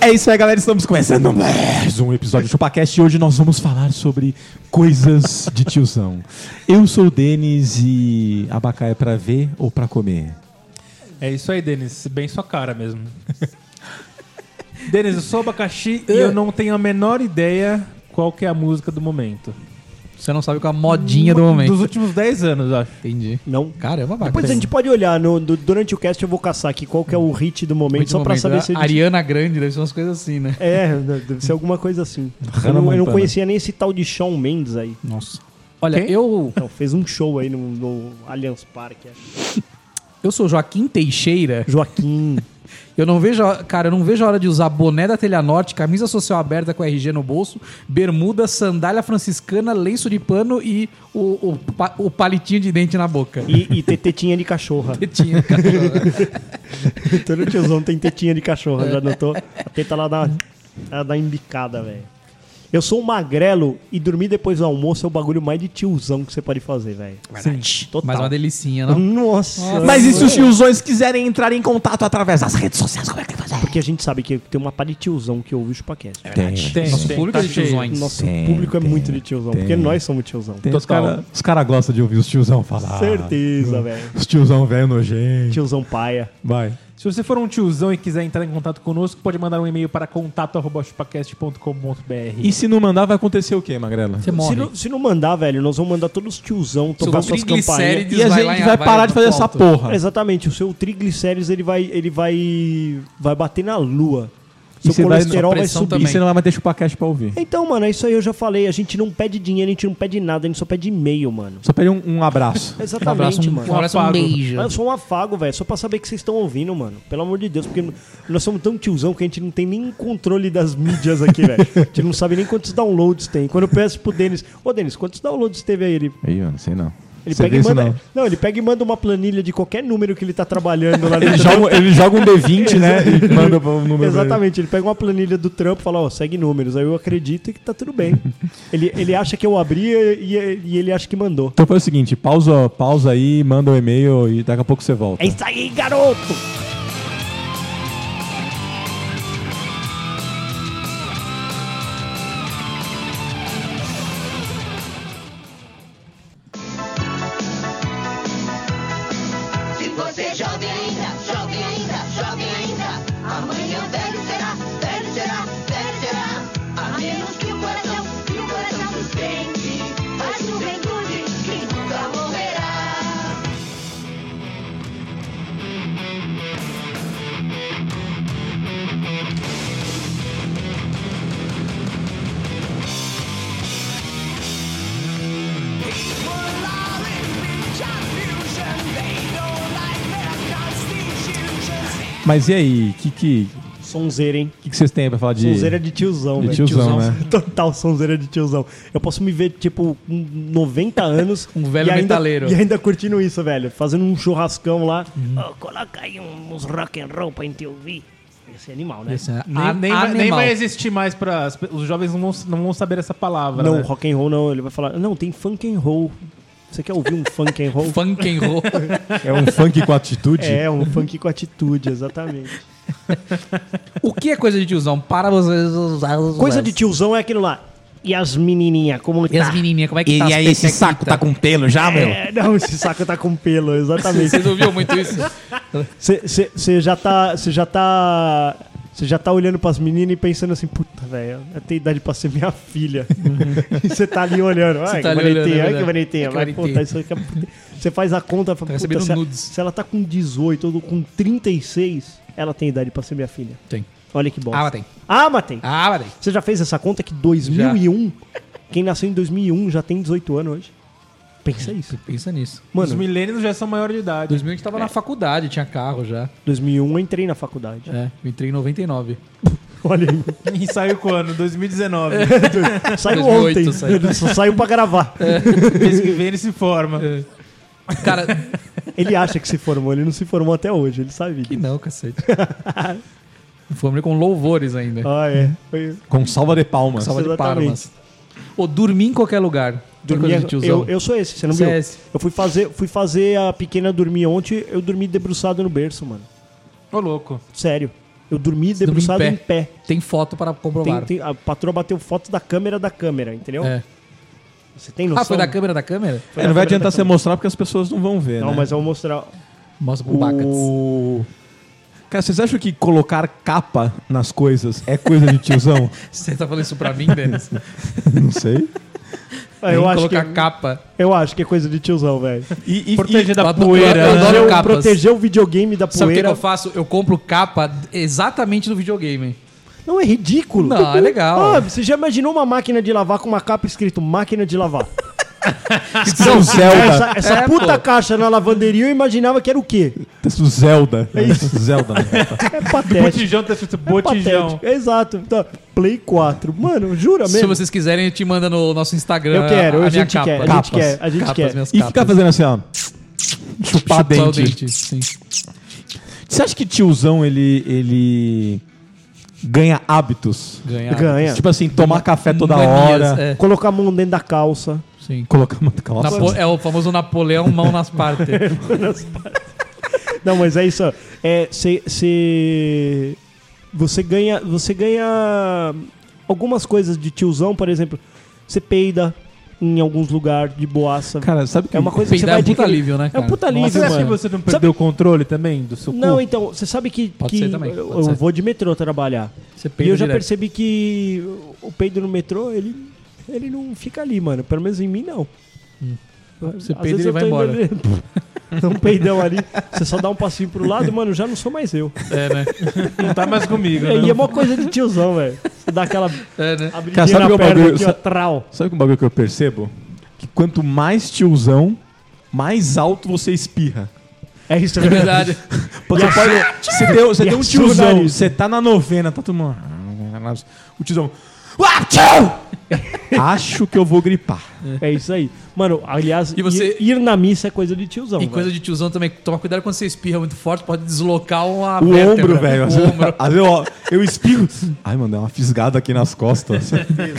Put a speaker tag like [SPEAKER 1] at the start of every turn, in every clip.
[SPEAKER 1] É isso aí, galera. Estamos começando mais um episódio do ChupaCast e hoje nós vamos falar sobre coisas de tiozão. Eu sou o Denis e abacá é pra ver ou pra comer?
[SPEAKER 2] É isso aí, Denis. Bem sua cara mesmo. Denis, eu sou abacaxi e eu não tenho a menor ideia qual que é a música do momento.
[SPEAKER 3] Você não sabe qual é a modinha do
[SPEAKER 2] Dos
[SPEAKER 3] momento.
[SPEAKER 2] últimos 10 anos, eu acho.
[SPEAKER 3] Entendi.
[SPEAKER 4] Não.
[SPEAKER 3] Caramba, babaca.
[SPEAKER 4] Hum, Depois a gente pode olhar. no- do- durante o cast eu vou caçar aqui qual que é o hit do momento,
[SPEAKER 3] Muito
[SPEAKER 4] só pra
[SPEAKER 3] momento. né?
[SPEAKER 4] saber se...
[SPEAKER 3] A Ariana Grande, deve ser umas coisas assim, né?
[SPEAKER 4] É, deve ser alguma coisa assim. Eu
[SPEAKER 1] Hannah
[SPEAKER 4] não, eu não
[SPEAKER 1] Montana.
[SPEAKER 4] conhecia nem esse tal de Shawn Mendes aí.
[SPEAKER 3] Nossa. Olha, eu,
[SPEAKER 4] Não, fez um show aí no, no Allianz Parque. acho.
[SPEAKER 3] eu sou Joaquim Teixeira.
[SPEAKER 4] Joaquim.
[SPEAKER 3] Eu não vejo, a- cara, eu não vejo a hora de usar boné da Telha Norte, camisa social aberta com RG no bolso, bermuda, sandália franciscana, lenço de pano e o, o, pa- o palitinho de dente na boca.
[SPEAKER 4] E, e ter tetinha de cachorra. Então,
[SPEAKER 3] Tetinha, cara.
[SPEAKER 4] Todo tiozão tem tetinha um de cachorra, já notou? A teta lá dá, ela dá embicada, velho. Eu sou um magrelo e dormir depois do almoço é o bagulho mais de tiozão que você pode fazer, velho.
[SPEAKER 3] Sim,
[SPEAKER 4] total. Hum,
[SPEAKER 3] Mas é uma delicinha, não?
[SPEAKER 4] Nossa.
[SPEAKER 1] Mas e se os tiozões quiserem entrar em contato através das redes sociais, como é que vai fazer?
[SPEAKER 4] Porque a gente sabe que tem uma pá de tiozão que ouve o chupacast.
[SPEAKER 1] Tem.
[SPEAKER 3] Nosso público é de
[SPEAKER 2] cheio.
[SPEAKER 3] tiozões.
[SPEAKER 4] Nosso
[SPEAKER 1] Tem,
[SPEAKER 4] público é
[SPEAKER 1] tem,
[SPEAKER 4] muito de tiozão,
[SPEAKER 1] tem.
[SPEAKER 4] porque nós somos tiozão.
[SPEAKER 1] Tem os
[SPEAKER 2] Total.
[SPEAKER 1] caras cara gostam de ouvir os tiozão falar.
[SPEAKER 4] Certeza, velho.
[SPEAKER 1] Os tiozão velho nojento.
[SPEAKER 4] Tiozão paia.
[SPEAKER 1] Vai.
[SPEAKER 2] Se você for um tiozão e quiser entrar em contato conosco, pode mandar um e-mail para contato.chupacast.com.br.
[SPEAKER 1] E se não mandar, vai acontecer o quê, Magrela?
[SPEAKER 3] Você
[SPEAKER 4] Se
[SPEAKER 3] morre.
[SPEAKER 4] não, se não mandar, velho, nós vamos mandar todos os tiozão tocar
[SPEAKER 3] Seu
[SPEAKER 4] suas campainhas.
[SPEAKER 3] triglicérides
[SPEAKER 1] E a gente
[SPEAKER 3] lá em-
[SPEAKER 1] vai parar de fazer
[SPEAKER 3] pro
[SPEAKER 1] essa
[SPEAKER 3] alto.
[SPEAKER 1] porra.
[SPEAKER 4] Exatamente, o seu triglicérides ele vai, ele vai, vai bater na lua.
[SPEAKER 1] E
[SPEAKER 4] Seu
[SPEAKER 1] você vai-
[SPEAKER 4] colesterol
[SPEAKER 3] sua
[SPEAKER 4] vai
[SPEAKER 3] pressão
[SPEAKER 4] subir.
[SPEAKER 1] E você não vai mais ter chupacast pra ouvir.
[SPEAKER 4] Então, mano, é isso aí eu já falei. A gente não pede dinheiro, a gente não pede nada, a gente só pede e-mail, mano.
[SPEAKER 1] Só pede um, um abraço.
[SPEAKER 4] Exatamente,
[SPEAKER 3] um,
[SPEAKER 4] mano.
[SPEAKER 3] um abraço, um
[SPEAKER 2] Afago.
[SPEAKER 3] beijo.
[SPEAKER 4] Mas eu sou um afago, velho. Só pra saber que vocês estão ouvindo, mano. Pelo amor de Deus, porque nós somos tão tiozão que a gente não tem nem controle das mídias aqui, velho. A gente não sabe nem quantos downloads tem. Quando eu peço pro Denis, ô Denis, quantos downloads teve aí? Ele,
[SPEAKER 1] Aí, eu não sei não.
[SPEAKER 4] ele
[SPEAKER 1] Você
[SPEAKER 4] pega e
[SPEAKER 1] vê isso
[SPEAKER 4] manda.
[SPEAKER 1] não?
[SPEAKER 4] Não. ele pega e manda uma planilha de qualquer número que ele tá trabalhando lá
[SPEAKER 1] Ele
[SPEAKER 4] dentro.
[SPEAKER 1] joga, ele joga um D20, né? E manda o número. né? pra ele.
[SPEAKER 4] Exatamente, ele pega uma planilha do trampo e fala, ó, segue números. Aí eu acredito que tá tudo bem. ele, ele acha que eu abri e, e ele acha que mandou.
[SPEAKER 1] Então foi o seguinte, pausa, pausa aí, manda o e-mail e daqui a pouco você volta.
[SPEAKER 4] É isso aí, garoto!
[SPEAKER 5] Se você é jovem ainda, jovem ainda, jovem ainda, amanhã velho será, velho será, velho será. A menos que o coração, que o coração sustente, a juventude um que nunca morrerá.
[SPEAKER 1] Mas e aí, o que, que,
[SPEAKER 4] Sonzeira, hein?
[SPEAKER 1] que, que vocês têm pra falar de...
[SPEAKER 4] Sonzeira de tiozão,
[SPEAKER 1] de
[SPEAKER 4] velho.
[SPEAKER 1] tiozão, né?
[SPEAKER 4] Total sonzeira de tiozão. Eu posso me ver, tipo, com 90 anos.
[SPEAKER 3] Um velho
[SPEAKER 4] e ainda,
[SPEAKER 3] metaleiro. Uhum.
[SPEAKER 4] E ainda curtindo isso, velho. Fazendo um churrascão lá. Ó, coloca aí um- uns rock and roll pra gente ouvir. Esse é animal, né?
[SPEAKER 3] Esse é
[SPEAKER 2] Nem, nem, vai-
[SPEAKER 3] animal.
[SPEAKER 2] nem vai existir mais para os jovens não vão, não vão saber essa palavra.
[SPEAKER 4] Não,
[SPEAKER 2] né?
[SPEAKER 4] rock and roll não. Ele vai falar, não, tem funk and roll. Você quer ouvir um funk and roll?
[SPEAKER 3] Funk and roll.
[SPEAKER 1] É um funk com atitude?
[SPEAKER 4] É, um funk com atitude, exatamente.
[SPEAKER 3] o que é coisa de tiozão? Para vocês usar os
[SPEAKER 4] Coisa de tiozão é aquilo lá. E as menininhas, como
[SPEAKER 3] E
[SPEAKER 4] tá?
[SPEAKER 3] as menininhas, como é que tá as petequitas?
[SPEAKER 1] com pelo já,
[SPEAKER 4] É, não, esse saco tá com pelo, exatamente.
[SPEAKER 3] Vocês ouviram muito isso?
[SPEAKER 4] Você já tá. Você já tá. Você já tá olhando pras meninas e pensando assim, puta, velho, eu tenho idade pra ser minha filha. e você tá ali olhando,
[SPEAKER 3] Você
[SPEAKER 4] ai,
[SPEAKER 3] tá
[SPEAKER 4] que
[SPEAKER 3] ali olhando, é
[SPEAKER 4] bonitinha, ai, que
[SPEAKER 3] verdade.
[SPEAKER 4] bonitinha.
[SPEAKER 3] Que
[SPEAKER 4] Vai, puta,
[SPEAKER 3] bonitinha.
[SPEAKER 4] isso aqui é- Você faz a conta, fala, puta,
[SPEAKER 3] recebendo
[SPEAKER 4] se, ela-
[SPEAKER 3] nudes.
[SPEAKER 4] se ela tá com 18 ou com 36, ela tem idade pra ser minha filha.
[SPEAKER 3] Tem.
[SPEAKER 4] Olha que bosta.
[SPEAKER 3] Ah, mas tem.
[SPEAKER 4] Ah, mas tem.
[SPEAKER 3] Ah, mas tem.
[SPEAKER 4] Você já fez essa conta que 2001, quem nasceu em 2001 já tem 18 anos hoje?
[SPEAKER 3] É.
[SPEAKER 4] Pensa isso.
[SPEAKER 3] Pensa nisso. É.
[SPEAKER 2] Os
[SPEAKER 4] Mano,
[SPEAKER 2] milênios já são maior de idade.
[SPEAKER 3] 2000 a gente tava na faculdade, tinha carro já.
[SPEAKER 4] 2001 eu entrei na faculdade.
[SPEAKER 3] É, eu entrei em 99.
[SPEAKER 4] Olha aí.
[SPEAKER 2] E saiu quando? 2019.
[SPEAKER 1] É.
[SPEAKER 4] Saiu
[SPEAKER 3] 2008
[SPEAKER 4] ontem.
[SPEAKER 3] saiu.
[SPEAKER 4] Só saiu pra gravar.
[SPEAKER 2] Mês que vem ele se forma.
[SPEAKER 1] É.
[SPEAKER 3] Cara,
[SPEAKER 4] Ele acha que se formou, ele não se formou até hoje, ele sabe.
[SPEAKER 3] que não, cacete. Fomos com louvores ainda.
[SPEAKER 4] Ah, é. Foi-
[SPEAKER 1] Com salva de palmas.
[SPEAKER 3] Salva de
[SPEAKER 4] exatamente.
[SPEAKER 3] palmas. Ou dormir em qualquer lugar. Outra coisa
[SPEAKER 4] Dormia-
[SPEAKER 3] de tiozão.
[SPEAKER 4] é- eu, eu sou esse, você não
[SPEAKER 3] Você
[SPEAKER 4] viu?
[SPEAKER 3] é esse.
[SPEAKER 4] Eu fui fazer, fui fazer a pequena dormir ontem, eu dormi debruçado no berço, mano.
[SPEAKER 2] Ô, louco.
[SPEAKER 4] Sério. Eu dormi
[SPEAKER 3] dormiu em
[SPEAKER 4] debruçado
[SPEAKER 3] pé.
[SPEAKER 4] em pé.
[SPEAKER 3] Tem foto para comprovar.
[SPEAKER 4] Tem- tem- a patroa bateu foto da câmera da câmera, entendeu?
[SPEAKER 3] É.
[SPEAKER 4] Você tem noção?
[SPEAKER 3] Ah, foi da câmera da câmera?
[SPEAKER 4] Foi
[SPEAKER 1] É,
[SPEAKER 4] da
[SPEAKER 1] não vai
[SPEAKER 4] câmera da
[SPEAKER 1] adiantar você mostrar porque as pessoas não vão ver,
[SPEAKER 4] Não,
[SPEAKER 1] né?
[SPEAKER 4] mas eu vou mostrar.
[SPEAKER 3] Mostra pro Bacats.
[SPEAKER 1] O- Cara, vocês acham que colocar capa nas coisas é coisa de tiozão?
[SPEAKER 3] Você tá falando isso pra mim, Denis?
[SPEAKER 1] não sei.
[SPEAKER 4] Ah, eu,
[SPEAKER 3] Tem
[SPEAKER 4] acho que,
[SPEAKER 3] colocar capa.
[SPEAKER 4] eu acho que é coisa de tiozão, velho.
[SPEAKER 1] E, e-
[SPEAKER 2] Proteger da
[SPEAKER 3] Adoro-
[SPEAKER 2] poeira.
[SPEAKER 3] eu adoro
[SPEAKER 4] Proteger o-
[SPEAKER 3] capas.
[SPEAKER 4] Proteger o videogame da
[SPEAKER 3] Sabe o que, que
[SPEAKER 4] poeira.
[SPEAKER 3] eu faço? Eu compro capa exatamente do videogame.
[SPEAKER 4] Não, é ridículo.
[SPEAKER 3] Não, é legal.
[SPEAKER 4] Ah, você já imaginou uma máquina de lavar com uma capa escrito máquina de lavar?
[SPEAKER 1] e o é um Zelda.
[SPEAKER 4] Essa, essa
[SPEAKER 3] É,
[SPEAKER 4] puta
[SPEAKER 3] pô.
[SPEAKER 4] caixa na lavanderia eu imaginava que era o quê?
[SPEAKER 1] Texto Zelda. É isso. Zelda. na capa.
[SPEAKER 4] É patético.
[SPEAKER 2] Botijão tá escrito
[SPEAKER 4] É
[SPEAKER 2] botijão.
[SPEAKER 4] patético. Exato. Então, Play 4. Mano, jura
[SPEAKER 3] Se
[SPEAKER 4] É mesmo?
[SPEAKER 3] vocês quiserem, eu te mando no nosso Instagram.
[SPEAKER 4] Eu quero,
[SPEAKER 3] a
[SPEAKER 4] a
[SPEAKER 3] minha
[SPEAKER 4] gente
[SPEAKER 3] capa.
[SPEAKER 4] quer, a gente
[SPEAKER 3] Capas.
[SPEAKER 4] quer, a gente
[SPEAKER 3] Capas,
[SPEAKER 4] quer.
[SPEAKER 3] minhas
[SPEAKER 1] E
[SPEAKER 3] capas.
[SPEAKER 1] ficar fazendo assim, ó. Chupar,
[SPEAKER 3] Chupar
[SPEAKER 1] dente.
[SPEAKER 3] o dente, sim.
[SPEAKER 1] Você acha que tiozão, ele, ele ganha hábitos?
[SPEAKER 3] Ganhar.
[SPEAKER 4] Ganha.
[SPEAKER 1] Tipo assim, tomar café toda
[SPEAKER 3] Manias,
[SPEAKER 1] hora.
[SPEAKER 3] é,
[SPEAKER 4] Colocar a mão dentro da calça.
[SPEAKER 3] sim.
[SPEAKER 1] Colocar uma calça.
[SPEAKER 3] Napo- é o famoso Napoleão mão nas partes.
[SPEAKER 4] Não, mas é isso. ó. É, cê, cê- Você ganha. Você ganha algumas coisas de tiozão, por exemplo. Você peida em alguns lugares de boaça.
[SPEAKER 1] Cara, sabe que
[SPEAKER 4] é uma coisa que você
[SPEAKER 3] Peidar
[SPEAKER 4] vai
[SPEAKER 3] é um puta
[SPEAKER 4] adquirir.
[SPEAKER 3] alívio, né,
[SPEAKER 4] É um
[SPEAKER 3] cara?
[SPEAKER 4] puta
[SPEAKER 3] Nossa,
[SPEAKER 4] alívio,
[SPEAKER 2] Você acha que
[SPEAKER 4] mano.
[SPEAKER 2] você não perdeu o controle também do seu
[SPEAKER 4] Não,
[SPEAKER 2] cu?
[SPEAKER 4] então, você sabe que,
[SPEAKER 3] Pode
[SPEAKER 4] que
[SPEAKER 3] ser também,
[SPEAKER 4] eu,
[SPEAKER 3] pode
[SPEAKER 4] eu
[SPEAKER 3] ser.
[SPEAKER 4] vou de metrô trabalhar.
[SPEAKER 3] Você
[SPEAKER 4] E
[SPEAKER 3] peida
[SPEAKER 4] eu já
[SPEAKER 3] direto.
[SPEAKER 4] percebi que o peido no metrô, ele, ele não fica ali, mano. Pelo menos em mim, não.
[SPEAKER 3] Hum. Você
[SPEAKER 4] Às
[SPEAKER 3] peida e
[SPEAKER 4] vezes
[SPEAKER 3] ele
[SPEAKER 4] eu
[SPEAKER 3] vai
[SPEAKER 4] tô
[SPEAKER 3] embora.
[SPEAKER 4] indo- Dá um peidão ali, você só dá um passinho pro lado, mano, já não sou mais eu.
[SPEAKER 3] É, né?
[SPEAKER 2] Não tá mais comigo,
[SPEAKER 4] E aí é
[SPEAKER 2] né?
[SPEAKER 4] uma coisa de tiozão, velho. Você dá aquela
[SPEAKER 3] É, né?
[SPEAKER 4] abridinha
[SPEAKER 1] Cara, sabe
[SPEAKER 4] na
[SPEAKER 1] que é um
[SPEAKER 4] perna
[SPEAKER 1] bagulho-
[SPEAKER 4] aqui, ó,
[SPEAKER 1] sa-
[SPEAKER 4] trau.
[SPEAKER 1] Sabe que um bagulho que eu percebo? Que quanto mais tiozão, mais alto você espirra.
[SPEAKER 4] É isso,
[SPEAKER 3] É verdade.
[SPEAKER 1] Você pode. Você deu, você
[SPEAKER 4] E
[SPEAKER 1] deu um
[SPEAKER 4] assura o
[SPEAKER 1] tiozão,
[SPEAKER 4] nariz.
[SPEAKER 1] você tá na novena, tá tomando. O tiozão. "Ah, "Uá, tio!" Acho que eu vou gripar.
[SPEAKER 4] É isso aí. Mano, aliás,
[SPEAKER 3] E você-
[SPEAKER 4] ir, ir na missa é coisa de
[SPEAKER 3] E
[SPEAKER 4] tiozão, velho.
[SPEAKER 3] coisa de tiozão também. Toma cuidado quando você espirra muito forte, pode deslocar uma
[SPEAKER 1] O
[SPEAKER 3] vértebra.
[SPEAKER 1] ombro, velho.
[SPEAKER 3] é
[SPEAKER 1] tá-
[SPEAKER 3] O ombro.
[SPEAKER 1] Às vezes, ó, eu espirro. Ai, mano, é uma fisgada aqui nas costas.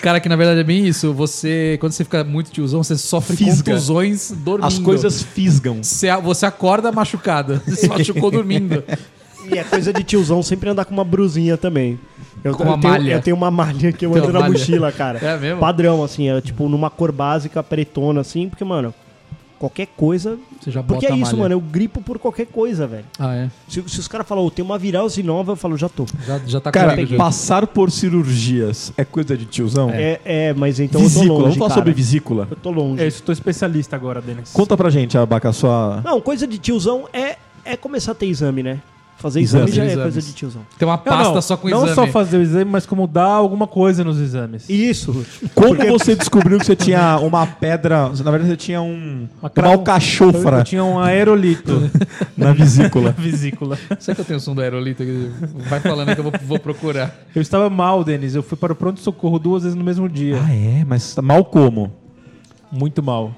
[SPEAKER 3] Cara, que na verdade é bem isso. Você, quando você fica muito tiozão, você sofre
[SPEAKER 1] Fisga.
[SPEAKER 3] contusões dormindo.
[SPEAKER 1] As coisas fisgam.
[SPEAKER 3] Você, você acorda machucada. Você se machucou dormindo.
[SPEAKER 4] E é coisa de tiozão sempre andar com uma brusinha também. Eu,
[SPEAKER 3] Com uma
[SPEAKER 4] eu tenho,
[SPEAKER 3] malha.
[SPEAKER 4] Eu tenho uma malha que eu
[SPEAKER 3] Tem
[SPEAKER 4] ando
[SPEAKER 3] uma
[SPEAKER 4] na
[SPEAKER 3] malha.
[SPEAKER 4] mochila, cara.
[SPEAKER 3] É mesmo?
[SPEAKER 4] Padrão, assim, é tipo numa cor básica, pretona, assim, porque, mano, qualquer coisa.
[SPEAKER 3] Você já bota
[SPEAKER 4] Porque é
[SPEAKER 3] a
[SPEAKER 4] isso,
[SPEAKER 3] malha.
[SPEAKER 4] mano, eu gripo por qualquer coisa, velho.
[SPEAKER 3] Ah, é.
[SPEAKER 4] Se, se os caras falam, "Ô, tem uma virose nova, eu falo, já tô.
[SPEAKER 3] Já, já tá
[SPEAKER 1] Cara,
[SPEAKER 3] comigo, já.
[SPEAKER 1] passar por cirurgias é coisa de tiozão?
[SPEAKER 4] É, é, mas então eu tô
[SPEAKER 1] Vesícula.
[SPEAKER 4] longe.
[SPEAKER 1] Vamos falar
[SPEAKER 4] cara.
[SPEAKER 1] sobre vesícula.
[SPEAKER 4] Eu tô longe.
[SPEAKER 2] É isso, tô especialista agora, Denis.
[SPEAKER 1] Conta pra gente, Abaca, a sua.
[SPEAKER 4] Não, coisa de tiozão é, é começar a ter exame, né? Fazer exame
[SPEAKER 1] Exames.
[SPEAKER 4] já é
[SPEAKER 3] Exames.
[SPEAKER 4] coisa de tiozão.
[SPEAKER 3] Tem uma pasta só com
[SPEAKER 2] não
[SPEAKER 3] exame.
[SPEAKER 2] só fazer o exame, mas como dar alguma coisa nos exames.
[SPEAKER 4] Isso.
[SPEAKER 1] Como você descobriu que você tinha uma pedra. Na verdade, você tinha um.
[SPEAKER 2] Uma
[SPEAKER 1] Uma
[SPEAKER 2] cra-
[SPEAKER 1] alcachofra
[SPEAKER 2] Eu tinha um aerolito
[SPEAKER 1] na vesícula.
[SPEAKER 2] na vesícula.
[SPEAKER 3] Será que eu tenho o som do aerolito aqui? Vai falando que eu vou, vou procurar.
[SPEAKER 2] Eu estava mal, Denis. Eu fui para o pronto-socorro duas vezes no mesmo dia.
[SPEAKER 1] Ah, é? Mas mal como?
[SPEAKER 2] Muito mal.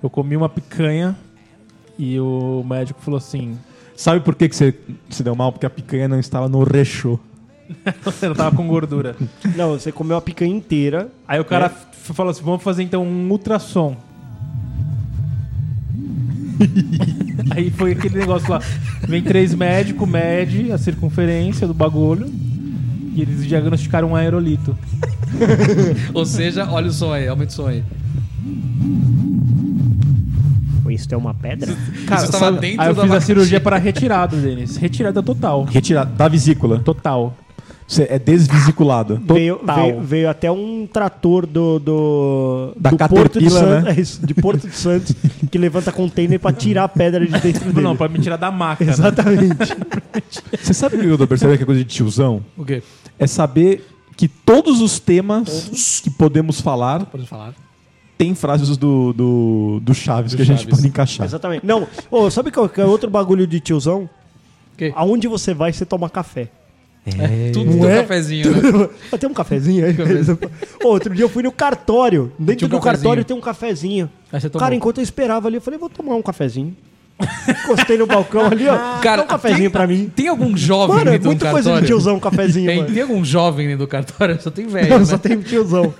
[SPEAKER 2] Eu comi uma picanha e o médico falou assim:
[SPEAKER 1] Sabe por que, que você se deu mal? Porque a picanha não estava no rechô.
[SPEAKER 2] você não tava com gordura.
[SPEAKER 4] Não, você comeu a picanha inteira.
[SPEAKER 2] Aí o cara f- falou assim: vamos fazer então um ultrassom. Aí foi aquele negócio lá. Vem três médicos, mede a circunferência do bagulho. E eles diagnosticaram um aerolito.
[SPEAKER 3] Ou seja, olha o som aí, aumenta o som aí.
[SPEAKER 4] Foi isto é uma pedra?
[SPEAKER 2] Cara,
[SPEAKER 3] Isso tava
[SPEAKER 2] sabe-
[SPEAKER 3] dentro
[SPEAKER 2] aí eu
[SPEAKER 3] da
[SPEAKER 2] fiz a
[SPEAKER 3] macaxeira.
[SPEAKER 2] cirurgia para retirada, Denis. Retirada total.
[SPEAKER 1] Retirada da vesícula.
[SPEAKER 2] Total.
[SPEAKER 1] Você é desvesiculado.
[SPEAKER 4] Veio, veio, veio até um trator do. do
[SPEAKER 1] Da
[SPEAKER 4] do Porto de
[SPEAKER 1] Caterpillar,
[SPEAKER 4] Santos.
[SPEAKER 1] né?
[SPEAKER 4] é isso, de Porto de Santos, que levanta container pra tirar a pedra de dentro dele.
[SPEAKER 2] Não, pra me tirar da maca. né?
[SPEAKER 4] Exatamente.
[SPEAKER 1] Você sabe o que eu tô percebendo que é coisa de tiozão?
[SPEAKER 3] O quê?
[SPEAKER 1] É saber que todos os temas que podemos falar
[SPEAKER 3] Pode falar.
[SPEAKER 1] tem frases do, do, do Chaves
[SPEAKER 3] Do
[SPEAKER 1] que a gente
[SPEAKER 3] Chaves.
[SPEAKER 1] pode encaixar.
[SPEAKER 4] Exatamente. Não, ô, sabe qual que é outro bagulho de tiozão?
[SPEAKER 3] Que?
[SPEAKER 4] Aonde você vai, você toma café.
[SPEAKER 3] Tudo
[SPEAKER 4] Não
[SPEAKER 3] tem um
[SPEAKER 4] é?
[SPEAKER 3] cafezinho, né?
[SPEAKER 4] Ah, tem um cafezinho aí?
[SPEAKER 3] Cafezinho.
[SPEAKER 4] Ô, Outro dia eu fui no cartório.
[SPEAKER 3] Tinha
[SPEAKER 4] Dentro
[SPEAKER 3] um
[SPEAKER 4] do cartório
[SPEAKER 3] cafezinho.
[SPEAKER 4] tem um cafezinho.
[SPEAKER 3] Aí você tomou.
[SPEAKER 4] Cara, enquanto eu esperava ali, eu falei, vou tomar um cafezinho. Encostei no balcão ali, ó.
[SPEAKER 3] Cara,
[SPEAKER 4] dá um cafezinho
[SPEAKER 3] tem,
[SPEAKER 4] pra mim.
[SPEAKER 3] Tem algum jovem
[SPEAKER 4] Mano, é
[SPEAKER 3] dentro do
[SPEAKER 4] muita coisa de
[SPEAKER 3] cartório?
[SPEAKER 4] tiozão um cafezinho,
[SPEAKER 3] Tem,
[SPEAKER 4] mano.
[SPEAKER 3] tem algum jovem dentro do cartório? Só tem velho,
[SPEAKER 4] Não,
[SPEAKER 3] né?
[SPEAKER 4] Só tem tiozão.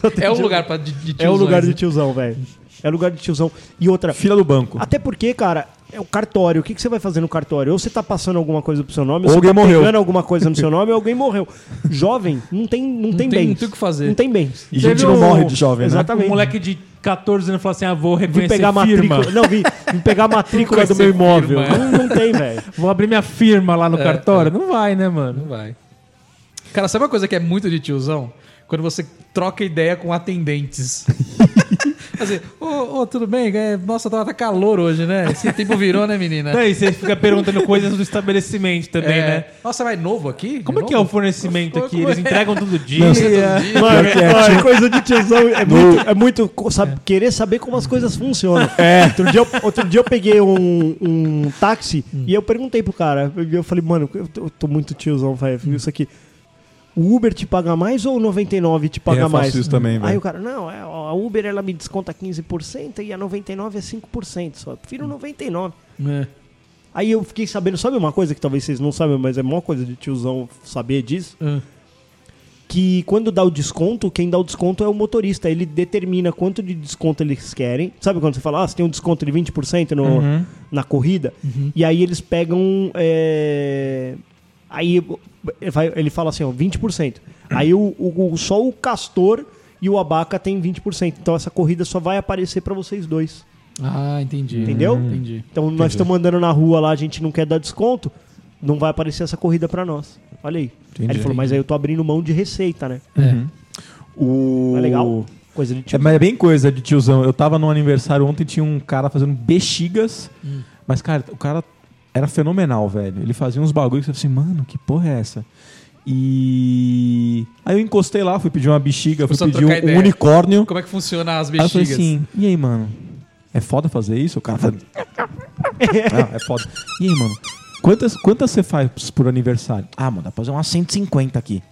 [SPEAKER 4] Só tem
[SPEAKER 3] É um
[SPEAKER 4] tiozão.
[SPEAKER 3] lugar pra, de, de
[SPEAKER 4] É um
[SPEAKER 3] tiozões,
[SPEAKER 4] lugar de
[SPEAKER 3] né?
[SPEAKER 4] tiozão, velho. É lugar de tiozão. E outra,
[SPEAKER 1] Fila do banco.
[SPEAKER 4] até porque, cara, é o cartório. O que, que você vai fazer no cartório? Ou você tá passando alguma coisa pro seu nome,
[SPEAKER 1] Ou
[SPEAKER 4] você
[SPEAKER 1] alguém
[SPEAKER 4] tá
[SPEAKER 1] morreu.
[SPEAKER 4] pegando alguma coisa no seu nome, ou alguém morreu. Jovem, não tem, não
[SPEAKER 3] tem-
[SPEAKER 4] tem, bens.
[SPEAKER 3] né? não tem o que fazer.
[SPEAKER 4] Não tem bens.
[SPEAKER 1] E gente
[SPEAKER 2] Teve
[SPEAKER 1] não
[SPEAKER 2] um-
[SPEAKER 1] morre de jovem, né?
[SPEAKER 4] Exatamente.
[SPEAKER 2] Um moleque de 14 anos falou assim: ah, vou
[SPEAKER 4] Vim
[SPEAKER 2] reconhecer
[SPEAKER 4] pegar a
[SPEAKER 2] firma.
[SPEAKER 4] matrícula. Não, vim, vim pegar a matrícula do
[SPEAKER 3] Conhecer
[SPEAKER 4] meu imóvel.
[SPEAKER 3] firma,
[SPEAKER 4] Não, não tem, velho.
[SPEAKER 2] Vou abrir minha firma lá no
[SPEAKER 3] É,
[SPEAKER 2] cartório. Não vai, né, mano?
[SPEAKER 3] Não vai. Cara, sabe uma coisa que é muito de tiozão? Quando você troca ideia com atendentes. assim, ô, ô, tudo bem? É, nossa, tá, tá calor hoje, né? Esse tempo virou, né, menina?
[SPEAKER 2] Daí você fica perguntando coisas do estabelecimento Tá também,
[SPEAKER 3] É.
[SPEAKER 2] né?
[SPEAKER 3] Nossa, vai novo aqui?
[SPEAKER 2] Como é que é o
[SPEAKER 3] Novo?
[SPEAKER 2] fornecimento aqui?
[SPEAKER 3] Como é?
[SPEAKER 2] Eles entregam todo dia.
[SPEAKER 1] Não,
[SPEAKER 2] tá-
[SPEAKER 3] Todo dia.
[SPEAKER 4] Mano,
[SPEAKER 1] Pior que é,
[SPEAKER 4] mano, coisa de tiozão é muito, é muito co- sabe, querer saber como as coisas funcionam.
[SPEAKER 1] É.
[SPEAKER 4] Outro dia, eu- outro dia eu peguei um, um táxi
[SPEAKER 1] Hum.
[SPEAKER 4] e eu perguntei pro cara. Eu eu falei, mano, eu tô, eu tô muito tiozão, velho. Isso aqui. O Uber te paga mais ou o 99 te paga
[SPEAKER 1] É, eu faço
[SPEAKER 4] mais?
[SPEAKER 1] isso também,
[SPEAKER 4] Aí
[SPEAKER 1] velho.
[SPEAKER 4] o cara, não, é, ó, a Uber ela me desconta 15% e a 99 é 5%. Só. Eu
[SPEAKER 1] Hum.
[SPEAKER 4] prefiro 99.
[SPEAKER 3] É.
[SPEAKER 4] Aí eu fiquei sabendo, sabe uma coisa que talvez vocês não saibam, mas é mó coisa de tiozão saber disso?
[SPEAKER 3] Ah.
[SPEAKER 4] Que quando dá o desconto, quem dá o desconto é o motorista. Ele determina quanto de desconto eles querem. Sabe quando você fala, ah, você tem um desconto de 20% no, na corrida? E aí eles pegam. é, Aí vai- ele fala assim, ó, 20%. Aí o, o- o- só o Castor e o Abaca tem 20%. Então essa corrida só vai aparecer pra vocês dois.
[SPEAKER 3] Ah, entendi.
[SPEAKER 4] Entendeu?
[SPEAKER 3] Entendi.
[SPEAKER 4] Então nós estamos andando na rua lá, a gente não quer dar desconto, não vai aparecer essa corrida pra nós. Olha aí. Aí ele falou, mas aí eu tô abrindo mão de receita, né?
[SPEAKER 1] O...
[SPEAKER 4] Não é legal? Coisa de
[SPEAKER 1] É,
[SPEAKER 4] tipo.
[SPEAKER 1] mas é bem coisa de tiozão. Eu tava num aniversário ontem tinha um cara fazendo bexigas.
[SPEAKER 3] Hum.
[SPEAKER 1] Mas, cara, o cara era fenomenal, velho. Ele fazia uns bagulhos que eu falei assim, mano, que porra é essa? E. Aí eu encostei lá, fui pedir uma bexiga, fui
[SPEAKER 3] Começou a
[SPEAKER 1] pedir
[SPEAKER 3] trocar
[SPEAKER 1] um, um
[SPEAKER 3] ideia.
[SPEAKER 1] unicórnio.
[SPEAKER 3] Como é que funciona as
[SPEAKER 1] Aí eu falei
[SPEAKER 3] bexigas?
[SPEAKER 1] assim, e aí, mano? É foda fazer isso? O cara fala. ah, é foda. E aí, mano? Quantas, quantas você faz por aniversário? Ah, mano, dá pra fazer umas 150 aqui.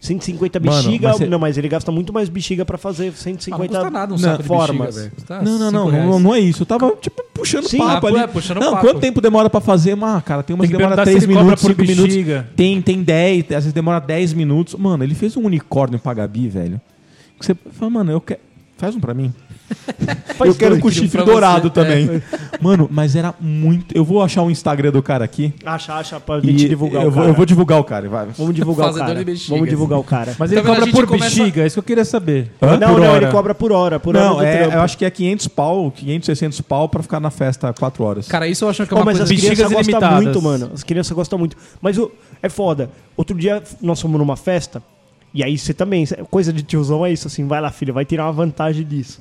[SPEAKER 4] 150
[SPEAKER 1] Mano,
[SPEAKER 4] bexiga.
[SPEAKER 1] mas você-
[SPEAKER 4] Não, mas ele gasta muito mais bexiga pra fazer
[SPEAKER 3] Ah,
[SPEAKER 4] 150
[SPEAKER 3] não custa nada um
[SPEAKER 4] Não,
[SPEAKER 3] saco de
[SPEAKER 4] formas.
[SPEAKER 3] bexiga, velho. Custa
[SPEAKER 1] Não, não,
[SPEAKER 3] Ah, cinco
[SPEAKER 1] não,
[SPEAKER 3] reais.
[SPEAKER 1] não, não é isso. Eu tava, tipo, puxando
[SPEAKER 4] Sim,
[SPEAKER 1] papo
[SPEAKER 3] papo,
[SPEAKER 1] ali.
[SPEAKER 3] é, puxando
[SPEAKER 1] não,
[SPEAKER 3] papo.
[SPEAKER 1] quanto tempo demora pra fazer? Mas, ah, cara, tem umas
[SPEAKER 2] Tem que
[SPEAKER 1] que demora
[SPEAKER 2] perguntar
[SPEAKER 1] 3
[SPEAKER 2] se ele
[SPEAKER 1] minutos,
[SPEAKER 2] cobra por
[SPEAKER 1] 5 minutos.
[SPEAKER 2] bexiga.
[SPEAKER 1] Tem, tem 10, às vezes demora 10 minutos. Mano, ele fez um unicórnio pra Gabi, velho. Que você fala, mano, eu quero... Faz um pra mim. eu quero
[SPEAKER 4] dois,
[SPEAKER 1] com
[SPEAKER 3] um pra
[SPEAKER 1] chifre
[SPEAKER 3] você.
[SPEAKER 1] dourado
[SPEAKER 3] É.
[SPEAKER 1] também. Mano, mas era muito... Eu vou achar o Instagram do cara aqui.
[SPEAKER 4] Acha, acha, pra
[SPEAKER 1] E
[SPEAKER 4] gente divulgar
[SPEAKER 1] eu,
[SPEAKER 4] o
[SPEAKER 1] vou,
[SPEAKER 4] cara.
[SPEAKER 1] eu vou divulgar o cara, vai.
[SPEAKER 4] Vamos divulgar o
[SPEAKER 3] Fazedor
[SPEAKER 4] cara.
[SPEAKER 3] de bexigas.
[SPEAKER 4] Vamos divulgar o cara.
[SPEAKER 2] Mas
[SPEAKER 3] Então,
[SPEAKER 2] ele
[SPEAKER 3] quando a
[SPEAKER 2] cobra
[SPEAKER 3] gente
[SPEAKER 2] por
[SPEAKER 3] começa-
[SPEAKER 2] bexiga, é isso que eu queria saber.
[SPEAKER 1] Hã?
[SPEAKER 4] não,
[SPEAKER 1] Por
[SPEAKER 4] não,
[SPEAKER 1] hora.
[SPEAKER 4] ele cobra por hora, por hora
[SPEAKER 1] Não,
[SPEAKER 4] do
[SPEAKER 1] é,
[SPEAKER 4] trampo.
[SPEAKER 1] eu acho que é 500 pau, 500, 600 pau pra ficar na festa 4 horas.
[SPEAKER 3] Cara, isso eu acho que é
[SPEAKER 4] Pô,
[SPEAKER 3] uma
[SPEAKER 4] mas
[SPEAKER 3] coisa...
[SPEAKER 4] as
[SPEAKER 2] de
[SPEAKER 4] crianças
[SPEAKER 2] bexigas
[SPEAKER 4] gostam
[SPEAKER 2] ilimitadas.
[SPEAKER 4] muito, mano. As crianças gostam muito. Mas o, é foda. Outro dia f- nós fomos numa festa, e aí você também. cê- Coisa de tiozão é isso, assim, vai lá, filha, vai tirar uma vantagem disso.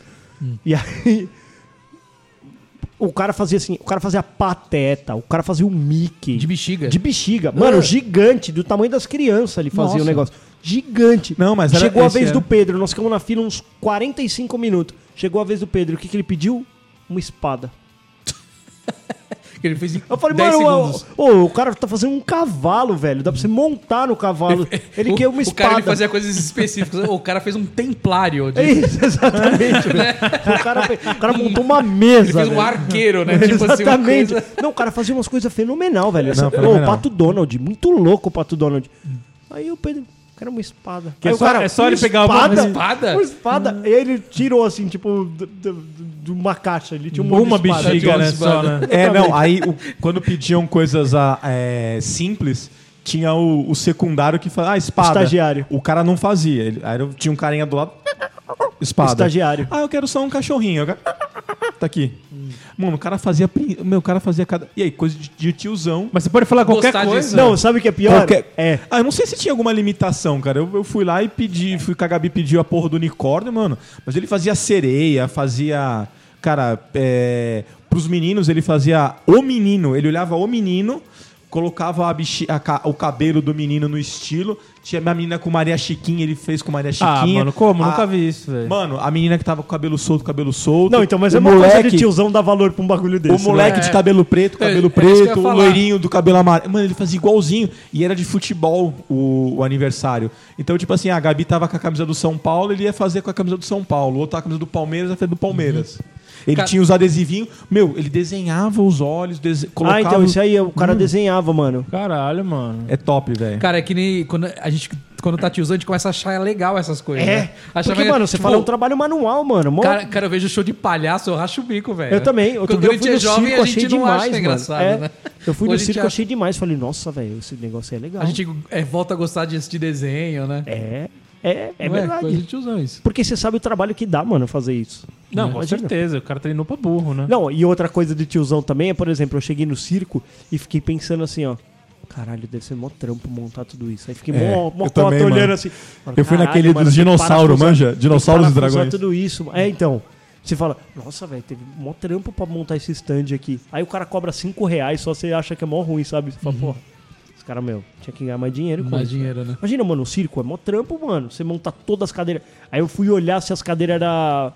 [SPEAKER 4] E aí. O cara fazia assim, o cara fazia pateta, o cara fazia o Mickey.
[SPEAKER 3] De bexiga.
[SPEAKER 4] De bexiga. Mano, gigante, do tamanho das crianças ele fazia
[SPEAKER 3] Nossa.
[SPEAKER 4] o negócio. Gigante.
[SPEAKER 1] Não, mas era-
[SPEAKER 4] Chegou a
[SPEAKER 1] esse
[SPEAKER 4] vez
[SPEAKER 1] era.
[SPEAKER 4] do Pedro, nós ficamos na fila uns 45 minutos. Chegou a vez do Pedro, o que, que ele pediu? Uma espada.
[SPEAKER 3] Que ele fez em
[SPEAKER 4] Eu falei,
[SPEAKER 3] 10
[SPEAKER 4] mano, ó,
[SPEAKER 3] segundos.
[SPEAKER 4] ô, o cara tá fazendo um cavalo, velho. Dá pra você montar no cavalo. Ele quer uma
[SPEAKER 3] o cara
[SPEAKER 4] espada.
[SPEAKER 3] ele fazia coisas específicas. o cara fez um templário. De...
[SPEAKER 4] É isso, exatamente. velho. o, cara, fe- o cara montou uma mesa.
[SPEAKER 3] Ele fez um
[SPEAKER 4] velho.
[SPEAKER 3] arqueiro, né? tipo assim, uma
[SPEAKER 4] Exatamente.
[SPEAKER 3] coisa...
[SPEAKER 4] Não, o cara fazia umas coisas fenomenal, velho. Essa-
[SPEAKER 1] Não,
[SPEAKER 4] Ô, o
[SPEAKER 1] fenomenal.
[SPEAKER 4] Pato Donald, muito louco o Pato Donald. Aí o Pedro, eu quero uma espada.
[SPEAKER 2] Que é
[SPEAKER 4] Aí o
[SPEAKER 2] só- é só ele pegar uma-
[SPEAKER 4] espada,
[SPEAKER 3] uma espada? Ah.
[SPEAKER 4] Uma espada. E aí ele tirou assim, tipo, d- d- d- de uma caixa. Ele tinha um monte de
[SPEAKER 2] Uma
[SPEAKER 4] espada.
[SPEAKER 2] bexiga,
[SPEAKER 3] tinha
[SPEAKER 2] né?
[SPEAKER 3] uma
[SPEAKER 2] Só,
[SPEAKER 3] espada.
[SPEAKER 2] né?
[SPEAKER 1] É, não, aí o- quando pediam coisas ah, é, simples, tinha o, o secundário que fazia, ah, espada.
[SPEAKER 4] Estagiário.
[SPEAKER 1] O cara não fazia. Ele- aí eu- tinha um carinha do lado, espada.
[SPEAKER 4] Estagiário.
[SPEAKER 1] Ah, eu quero só um cachorrinho. Eu quero- Tá aqui. Mano, o cara fazia. prin- Meu, o cara fazia cada. E aí, coisa de, de tiozão.
[SPEAKER 2] Mas você pode falar qualquer
[SPEAKER 3] Gostar
[SPEAKER 2] coisa.
[SPEAKER 3] disso.
[SPEAKER 4] Não, sabe o que é pior?
[SPEAKER 1] Qualquer-
[SPEAKER 4] É.
[SPEAKER 1] Ah, eu não sei se tinha alguma limitação, cara. Eu, eu fui lá e pedi, fui com a Gabi pediu a porra do unicórnio, mano. Mas ele fazia sereia, fazia. Cara, é, pros meninos ele fazia o menino. Ele olhava o menino, colocava a bexe- a ca- o cabelo do menino no estilo. Tinha minha menina com Maria Chiquinha, ele fez com Maria Chiquinha.
[SPEAKER 2] Ah, mano, como?
[SPEAKER 1] A-
[SPEAKER 2] Nunca vi isso, velho.
[SPEAKER 1] Mano, a menina que tava com o cabelo solto, cabelo solto.
[SPEAKER 4] Não, então, mas
[SPEAKER 1] O
[SPEAKER 4] é uma coisa de tiozão dar valor pra um bagulho desse.
[SPEAKER 1] o moleque
[SPEAKER 3] É.
[SPEAKER 1] de cabelo preto,
[SPEAKER 3] É,
[SPEAKER 1] cabelo
[SPEAKER 3] é isso que eu ia
[SPEAKER 1] preto, o
[SPEAKER 3] falar.
[SPEAKER 1] loirinho do cabelo amarelo. Mano, ele fazia igualzinho. E era de futebol o, o aniversário. Então, tipo assim, a Gabi tava com a camisa do São Paulo, ele ia fazer com a camisa do São Paulo. O outro tava com a camisa do Palmeiras, ia fazer do Palmeiras. Ele
[SPEAKER 3] Uhum. Ca-
[SPEAKER 1] tinha os adesivinhos. Meu, ele desenhava os olhos, dese- colocava...
[SPEAKER 4] Ah, então isso
[SPEAKER 3] é
[SPEAKER 4] aí, o
[SPEAKER 1] Hum.
[SPEAKER 4] cara desenhava, mano.
[SPEAKER 2] Caralho, mano.
[SPEAKER 1] É top, velho.
[SPEAKER 3] Cara, é que nem quando a gente, quando tá tiozão, a gente começa a achar legal essas coisas. né? Achar
[SPEAKER 4] É. Porque,
[SPEAKER 3] legal.
[SPEAKER 4] mano, você
[SPEAKER 3] Tipo,
[SPEAKER 4] fala é um trabalho manual, mano. Mó-
[SPEAKER 3] Cara, cara, eu vejo show de palhaço, eu racho o bico, velho.
[SPEAKER 4] Eu também. Outro
[SPEAKER 3] Quando
[SPEAKER 4] dia
[SPEAKER 3] a
[SPEAKER 4] eu fui
[SPEAKER 3] gente
[SPEAKER 4] no
[SPEAKER 3] é jovem,
[SPEAKER 4] circo,
[SPEAKER 3] a gente
[SPEAKER 4] achei
[SPEAKER 3] não
[SPEAKER 4] demais,
[SPEAKER 3] acha
[SPEAKER 4] mano.
[SPEAKER 3] engraçado,
[SPEAKER 4] É.
[SPEAKER 3] né?
[SPEAKER 4] Eu fui no
[SPEAKER 3] Hoje a gente
[SPEAKER 4] circo,
[SPEAKER 3] acha-
[SPEAKER 4] achei demais. Falei, nossa, velho, esse negócio aí é legal.
[SPEAKER 3] A gente é, volta a gostar de assistir desenho, né?
[SPEAKER 4] É, é, é
[SPEAKER 3] Não Coisa
[SPEAKER 4] verdade.
[SPEAKER 3] de tiozão isso.
[SPEAKER 4] Porque você sabe o trabalho que dá, mano, fazer isso.
[SPEAKER 2] Não, é com
[SPEAKER 4] Imagina.
[SPEAKER 2] certeza. O cara treinou pra burro, né?
[SPEAKER 4] Não, e outra coisa de tiozão também é, por exemplo, eu cheguei no circo e fiquei pensando assim, ó. Caralho, deve ser mó trampo montar tudo isso. Aí fiquei
[SPEAKER 1] É,
[SPEAKER 4] mó, mó
[SPEAKER 1] eu também,
[SPEAKER 4] olhando
[SPEAKER 1] mano.
[SPEAKER 4] assim.
[SPEAKER 1] Eu fui naquele dos
[SPEAKER 4] tem que
[SPEAKER 1] dinossauro,
[SPEAKER 4] parafusar-
[SPEAKER 1] manja?
[SPEAKER 4] tem que
[SPEAKER 1] Dinossauros e
[SPEAKER 4] parafusar
[SPEAKER 1] dragões.
[SPEAKER 4] tudo isso. É, então. Você fala, nossa, velho, teve mó trampo pra montar esse stand aqui. Aí o cara cobra 5 reais, só você acha que é mó ruim, sabe? Você fala, pô, esse cara, meu, tinha que ganhar mais dinheiro com
[SPEAKER 3] Mais
[SPEAKER 4] isso.
[SPEAKER 3] dinheiro, né?
[SPEAKER 4] Imagina, mano, o circo é mó trampo, mano. Você monta todas as cadeiras. Aí eu fui olhar se as cadeiras eram